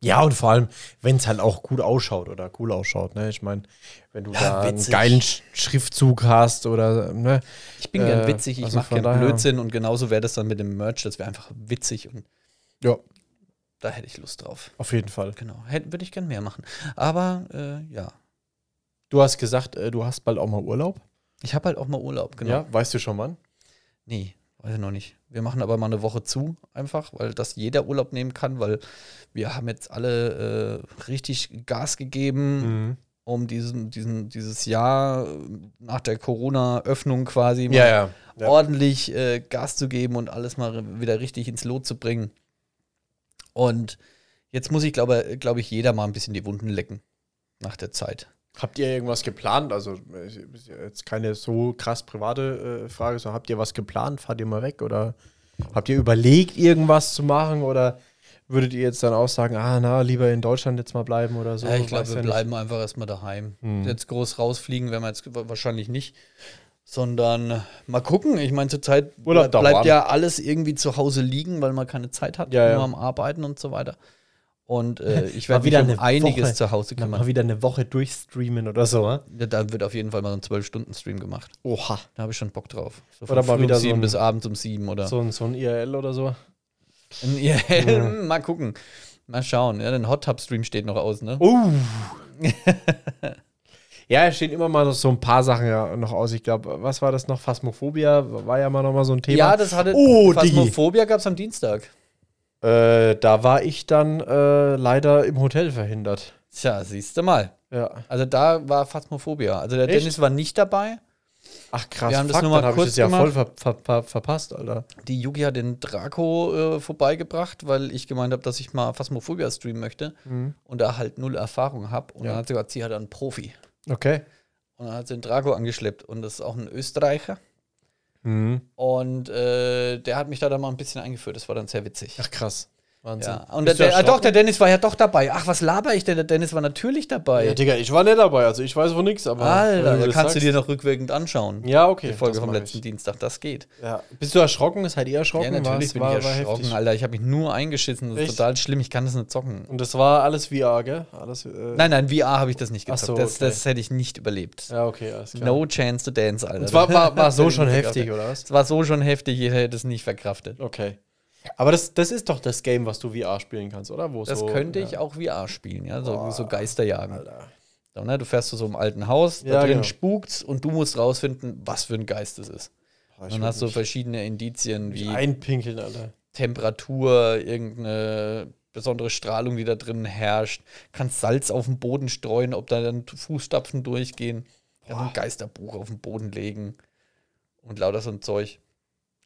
Speaker 2: Ja, und vor allem, wenn es halt auch gut ausschaut oder cool ausschaut, ne? Ich meine, wenn du
Speaker 1: Ja,
Speaker 2: da einen
Speaker 1: witzig.
Speaker 2: geilen Sch Schriftzug hast oder, ne?
Speaker 1: Ich bin gern
Speaker 2: Äh,
Speaker 1: witzig, ich
Speaker 2: also
Speaker 1: mache gern
Speaker 2: von daher-
Speaker 1: Blödsinn. Und genauso wäre das dann mit dem Merch. Das wäre einfach witzig. Und
Speaker 2: Ja,
Speaker 1: da hätte ich Lust drauf.
Speaker 2: auf jeden Fall.
Speaker 1: Genau. Hätte, würde ich gern mehr machen. Aber äh, ja.
Speaker 2: Du hast gesagt, äh, du hast bald auch mal Urlaub.
Speaker 1: Ich habe halt auch mal Urlaub, genau.
Speaker 2: Ja, weißt du schon wann?
Speaker 1: Nee, weiß ich noch nicht. Wir machen aber mal eine Woche zu, einfach, weil das jeder Urlaub nehmen kann, weil wir haben jetzt alle äh, richtig Gas
Speaker 2: Mhm.
Speaker 1: gegeben, um diesen, diesen, dieses Jahr äh, nach der Corona-Öffnung quasi mal
Speaker 2: Ja, ja. ja.
Speaker 1: ordentlich äh, Gas zu geben und alles mal r- wieder richtig ins Lot zu bringen. Und jetzt muss ich, glaube glaube ich, jeder mal ein bisschen die Wunden lecken nach der Zeit.
Speaker 2: Habt ihr irgendwas geplant? Also äh, ist ja jetzt keine so krass private äh, Frage, sondern habt ihr was geplant? Fahrt ihr mal weg oder habt ihr überlegt, irgendwas zu machen oder Würdet ihr jetzt dann auch sagen, ah, na, lieber in Deutschland jetzt mal bleiben oder so?
Speaker 1: ja, ich glaube,
Speaker 2: Weiß
Speaker 1: wir
Speaker 2: ja nicht.
Speaker 1: bleiben einfach erstmal daheim.
Speaker 2: Hm.
Speaker 1: Jetzt groß rausfliegen werden wir jetzt wa- wahrscheinlich nicht. Sondern äh, mal gucken. Ich meine, zurzeit
Speaker 2: Urlaub
Speaker 1: ble- bleibt
Speaker 2: dauern.
Speaker 1: ja alles irgendwie zu Hause liegen, weil man keine Zeit hat,
Speaker 2: Ja,
Speaker 1: nur
Speaker 2: ja.
Speaker 1: am Arbeiten und so weiter. Und
Speaker 2: [laughs]
Speaker 1: äh, ich
Speaker 2: Mal
Speaker 1: werde mich
Speaker 2: wieder
Speaker 1: um
Speaker 2: eine
Speaker 1: einiges
Speaker 2: Woche.
Speaker 1: zu Hause
Speaker 2: Dann mal
Speaker 1: kümmern.
Speaker 2: wieder eine Woche durchstreamen oder so. ne? hä?
Speaker 1: Ja, Da wird auf jeden Fall mal so ein 12-Stunden-Stream gemacht.
Speaker 2: Oha.
Speaker 1: Da habe ich schon Bock drauf. So
Speaker 2: Oder mal
Speaker 1: früh
Speaker 2: wieder
Speaker 1: um
Speaker 2: so
Speaker 1: 7
Speaker 2: ein-
Speaker 1: bis abends um 7 oder
Speaker 2: So, ein- so ein IRL oder so.
Speaker 1: Ein- [laughs] Ja, mal gucken. Mal schauen. Ja, den Hot Tub Stream steht noch aus, ne?
Speaker 2: Uh. ja, es stehen immer mal so ein paar Sachen ja noch aus. Ich glaube, was war das noch? Phasmophobia war ja mal noch mal so ein Thema.
Speaker 1: ja, das hatte
Speaker 2: Oh, Digi.
Speaker 1: Phasmophobia gab es am Dienstag.
Speaker 2: Äh, da war ich dann äh, leider im Hotel verhindert.
Speaker 1: Tja, siehst du mal.
Speaker 2: Ja.
Speaker 1: Also da war Phasmophobia. Also der
Speaker 2: Echt?
Speaker 1: Dennis war nicht dabei.
Speaker 2: Ach krass,
Speaker 1: Wir haben das
Speaker 2: fuck,
Speaker 1: nur mal
Speaker 2: dann habe ich
Speaker 1: kurz
Speaker 2: das ja
Speaker 1: gemacht.
Speaker 2: voll ver ver ver verpasst, Alter.
Speaker 1: Die Yugi hat den Draco äh, vorbeigebracht, weil ich gemeint habe, dass ich mal Phasmophobia streamen möchte und da halt null Erfahrung habe. Und
Speaker 2: Mhm. Ja.
Speaker 1: dann hat sie gesagt, sie hat einen Profi.
Speaker 2: Okay.
Speaker 1: Und dann hat sie den Draco angeschleppt. Und das ist auch ein Österreicher.
Speaker 2: Mhm.
Speaker 1: Und äh, der hat mich da dann mal ein bisschen eingeführt. Das war dann sehr witzig.
Speaker 2: Ach krass. Wahnsinn.
Speaker 1: Ja, und der,
Speaker 2: Bist
Speaker 1: der,
Speaker 2: du
Speaker 1: ah, doch,
Speaker 2: erschrocken?
Speaker 1: der Dennis war ja doch dabei. Ach, was laber ich denn? Der Dennis war natürlich dabei.
Speaker 2: Ja, Digga, ich war nicht dabei, also ich weiß von nichts, aber.
Speaker 1: Alter,
Speaker 2: wenn
Speaker 1: da
Speaker 2: das
Speaker 1: kannst du
Speaker 2: sagst-
Speaker 1: dir noch rückwirkend anschauen.
Speaker 2: Ja, okay.
Speaker 1: Die Folge
Speaker 2: das
Speaker 1: vom
Speaker 2: mach
Speaker 1: letzten
Speaker 2: ich.
Speaker 1: Dienstag, das geht.
Speaker 2: Ja. Bist du erschrocken? Seid ihr erschrocken?
Speaker 1: Ja, natürlich
Speaker 2: War's-
Speaker 1: bin
Speaker 2: war-
Speaker 1: ich
Speaker 2: war
Speaker 1: erschrocken,
Speaker 2: heftig.
Speaker 1: Alter. Ich habe mich nur eingeschissen. Das ist
Speaker 2: Echt?
Speaker 1: total schlimm. Ich kann das nicht zocken.
Speaker 2: Und das war alles VR, gell? Alles, äh,
Speaker 1: Nein, nein, VR habe ich das nicht
Speaker 2: Ach
Speaker 1: gezockt.
Speaker 2: so,
Speaker 1: das,
Speaker 2: okay.
Speaker 1: das hätte ich nicht überlebt.
Speaker 2: Ja, okay, alles klar.
Speaker 1: No chance to dance, Alter.
Speaker 2: Und zwar war,
Speaker 1: [laughs]
Speaker 2: war so schon
Speaker 1: Das-
Speaker 2: heftig, oder was?
Speaker 1: Es war so schon heftig, ich hätte es nicht verkraftet.
Speaker 2: Okay. Aber das, das ist doch das Game, was du VR spielen kannst, oder? Wo
Speaker 1: Das
Speaker 2: so,
Speaker 1: könnte ich
Speaker 2: ja.
Speaker 1: auch VR spielen, ja. So,
Speaker 2: Boah,
Speaker 1: so Geisterjagen.
Speaker 2: Alter.
Speaker 1: So, ne? Du fährst zu so einem alten Haus, da
Speaker 2: Ja,
Speaker 1: drin
Speaker 2: genau.
Speaker 1: spukt's und du musst rausfinden, was für ein Geist es ist.
Speaker 2: Boah, ich
Speaker 1: Dann
Speaker 2: würd
Speaker 1: hast du
Speaker 2: mich
Speaker 1: verschiedene Indizien wie
Speaker 2: Einpinkeln, Alter.
Speaker 1: Temperatur, irgendeine besondere Strahlung, die da drin herrscht. Kannst Salz auf den Boden streuen, ob da dann Fußstapfen durchgehen. Kannst ein Geisterbuch auf den Boden legen und lauter so ein Zeug.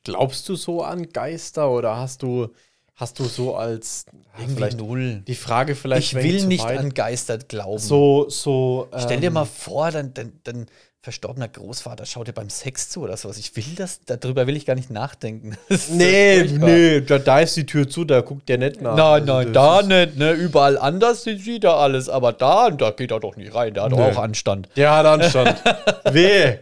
Speaker 2: Glaubst du so an Geister oder hast du, hast du so als. ja, vielleicht,
Speaker 1: null.
Speaker 2: die Frage vielleicht.
Speaker 1: Ich
Speaker 2: wenn
Speaker 1: will
Speaker 2: zu
Speaker 1: nicht
Speaker 2: weit-
Speaker 1: an Geister glauben.
Speaker 2: So, so.
Speaker 1: Stell dir
Speaker 2: ähm,
Speaker 1: mal vor, dein, dein, dein verstorbener Großvater schaut dir beim Sex zu oder sowas. Ich will das, darüber will ich gar nicht nachdenken. [laughs] Das ist
Speaker 2: Nee,
Speaker 1: furchtbar.
Speaker 2: nee, da, da ist die Tür zu, da guckt der nicht nach.
Speaker 1: Nein,
Speaker 2: Also
Speaker 1: nein,
Speaker 2: das
Speaker 1: da
Speaker 2: ist-
Speaker 1: nicht, ne? Überall anders sieht er alles, aber da, da geht er doch nicht rein, da hat
Speaker 2: Nö.
Speaker 1: er auch Anstand.
Speaker 2: Der
Speaker 1: [laughs]
Speaker 2: hat Anstand. Weh.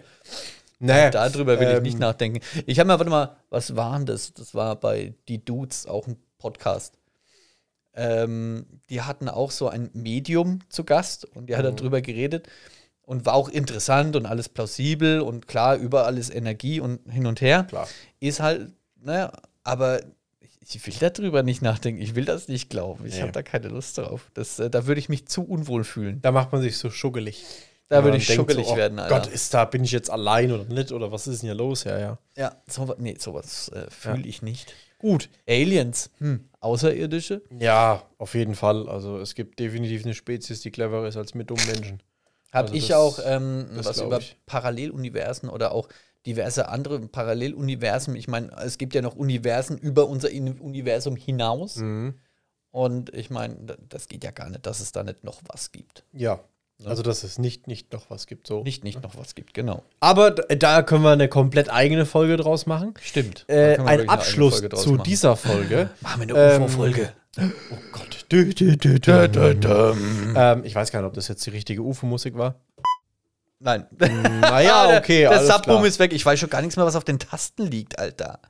Speaker 2: Nee.
Speaker 1: Darüber will ich
Speaker 2: ähm,
Speaker 1: nicht nachdenken. Ich habe mal, warte mal, was war denn das? Das war bei Die Dudes auch ein Podcast. Ähm, die hatten auch so ein Medium zu Gast und die hat
Speaker 2: Mhm.
Speaker 1: darüber geredet und war auch interessant und alles plausibel und klar, überall ist Energie und hin und her.
Speaker 2: Klar.
Speaker 1: Ist halt, ne, aber ich- ich will darüber nicht nachdenken. Ich will das nicht glauben. Ich
Speaker 2: Nee.
Speaker 1: habe da keine Lust drauf. Das, äh, da würde ich mich zu unwohl fühlen.
Speaker 2: Da macht man sich so schuggelig.
Speaker 1: Da
Speaker 2: Wenn
Speaker 1: würde
Speaker 2: man
Speaker 1: ich
Speaker 2: denkt
Speaker 1: schuggelig
Speaker 2: oh
Speaker 1: werden, Alter.
Speaker 2: Gott, ist da, bin ich jetzt allein oder nicht? Oder was ist denn hier los? Ja, ja.
Speaker 1: Ja, sowas, nee, sowas äh, fühle
Speaker 2: Ja.
Speaker 1: ich nicht.
Speaker 2: Gut.
Speaker 1: Aliens, hm. Außerirdische?
Speaker 2: Ja, auf jeden Fall. Also es gibt definitiv eine Spezies, die cleverer ist als mit dummen Menschen.
Speaker 1: Habe
Speaker 2: Also
Speaker 1: ich
Speaker 2: das-
Speaker 1: auch ähm,
Speaker 2: das
Speaker 1: was
Speaker 2: glaub
Speaker 1: über
Speaker 2: ich.
Speaker 1: Paralleluniversen oder auch diverse andere Paralleluniversen. Ich meine, es gibt ja noch Universen über unser In- Universum hinaus.
Speaker 2: Hm.
Speaker 1: Und ich meine, da- das geht ja gar nicht, dass es da nicht noch was gibt.
Speaker 2: Ja. Also dass es nicht, nicht noch was gibt. So.
Speaker 1: Nicht, nicht noch was gibt, genau.
Speaker 2: Aber d- da können wir eine komplett eigene Folge draus machen.
Speaker 1: Stimmt.
Speaker 2: Äh, ein Abschluss zu
Speaker 1: [laughs]
Speaker 2: dieser Folge.
Speaker 1: Machen wir
Speaker 2: Ähm,
Speaker 1: eine UFO-Folge.
Speaker 2: Oh Gott. Dü, dü, dü, dü, dü,
Speaker 1: [laughs]
Speaker 2: dü. Ähm, ich weiß gar nicht, ob das jetzt die richtige UFO-Musik war. [laughs]
Speaker 1: Nein. [laughs]
Speaker 2: Naja, okay.
Speaker 1: Ah, Der
Speaker 2: alles
Speaker 1: Subboom
Speaker 2: klar.
Speaker 1: ist weg. Ich weiß schon gar nichts mehr, was auf den Tasten liegt, Alter.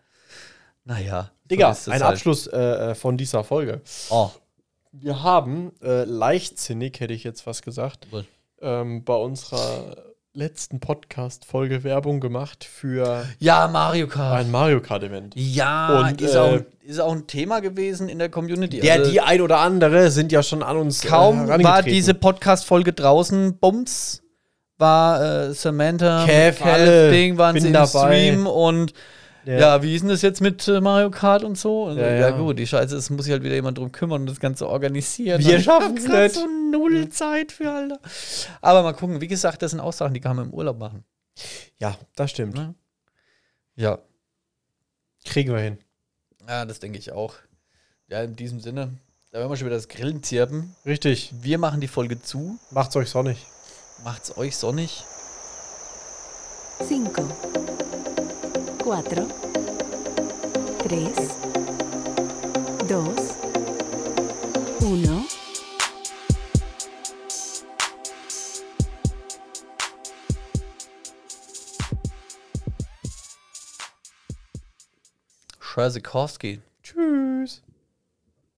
Speaker 1: Naja. so
Speaker 2: Digga,
Speaker 1: ist es
Speaker 2: ein
Speaker 1: halt.
Speaker 2: Abschluss äh, äh, von dieser Folge.
Speaker 1: Oh.
Speaker 2: Wir haben, äh, leichtsinnig hätte ich jetzt fast gesagt,
Speaker 1: Wohl.
Speaker 2: ähm, bei unserer letzten Podcast-Folge Werbung gemacht für
Speaker 1: Ja, Mario Kart.
Speaker 2: ein Mario Kart-Event.
Speaker 1: Ja,
Speaker 2: Und,
Speaker 1: ist, auch,
Speaker 2: äh,
Speaker 1: ist auch ein Thema gewesen in der Community.
Speaker 2: Ja,
Speaker 1: Also
Speaker 2: die ein oder andere sind ja schon an uns äh,
Speaker 1: kaum war
Speaker 2: herangetreten.
Speaker 1: diese Podcast-Folge draußen, Bums, war äh, Samantha,
Speaker 2: Kev, alle,
Speaker 1: Ding, waren
Speaker 2: bin
Speaker 1: sie im
Speaker 2: dabei.
Speaker 1: Stream und
Speaker 2: Ja.
Speaker 1: ja. wie ist denn das jetzt mit äh, Mario Kart und so? Und,
Speaker 2: Ja,
Speaker 1: ja,
Speaker 2: ja.
Speaker 1: gut, die Scheiße, es muss sich halt wieder jemand drum kümmern und das Ganze organisieren.
Speaker 2: Wir
Speaker 1: Und ich
Speaker 2: schaffen's
Speaker 1: hab grad
Speaker 2: nicht.
Speaker 1: so null Zeit für, Alter. Aber mal gucken, wie gesagt, das sind auch Sachen, die kann man im Urlaub machen.
Speaker 2: Ja, das stimmt.
Speaker 1: Ne? Ja,
Speaker 2: Kriegen wir hin.
Speaker 1: ja das denke ich auch. Ja, in diesem Sinne, da werden wir schon wieder das Grillen zirpen.
Speaker 2: Richtig.
Speaker 1: Wir machen die Folge zu.
Speaker 2: Macht's euch sonnig.
Speaker 1: Macht's euch sonnig.
Speaker 3: 5, 4, 3, 2,
Speaker 1: Scherzikowski.
Speaker 2: Tschüss.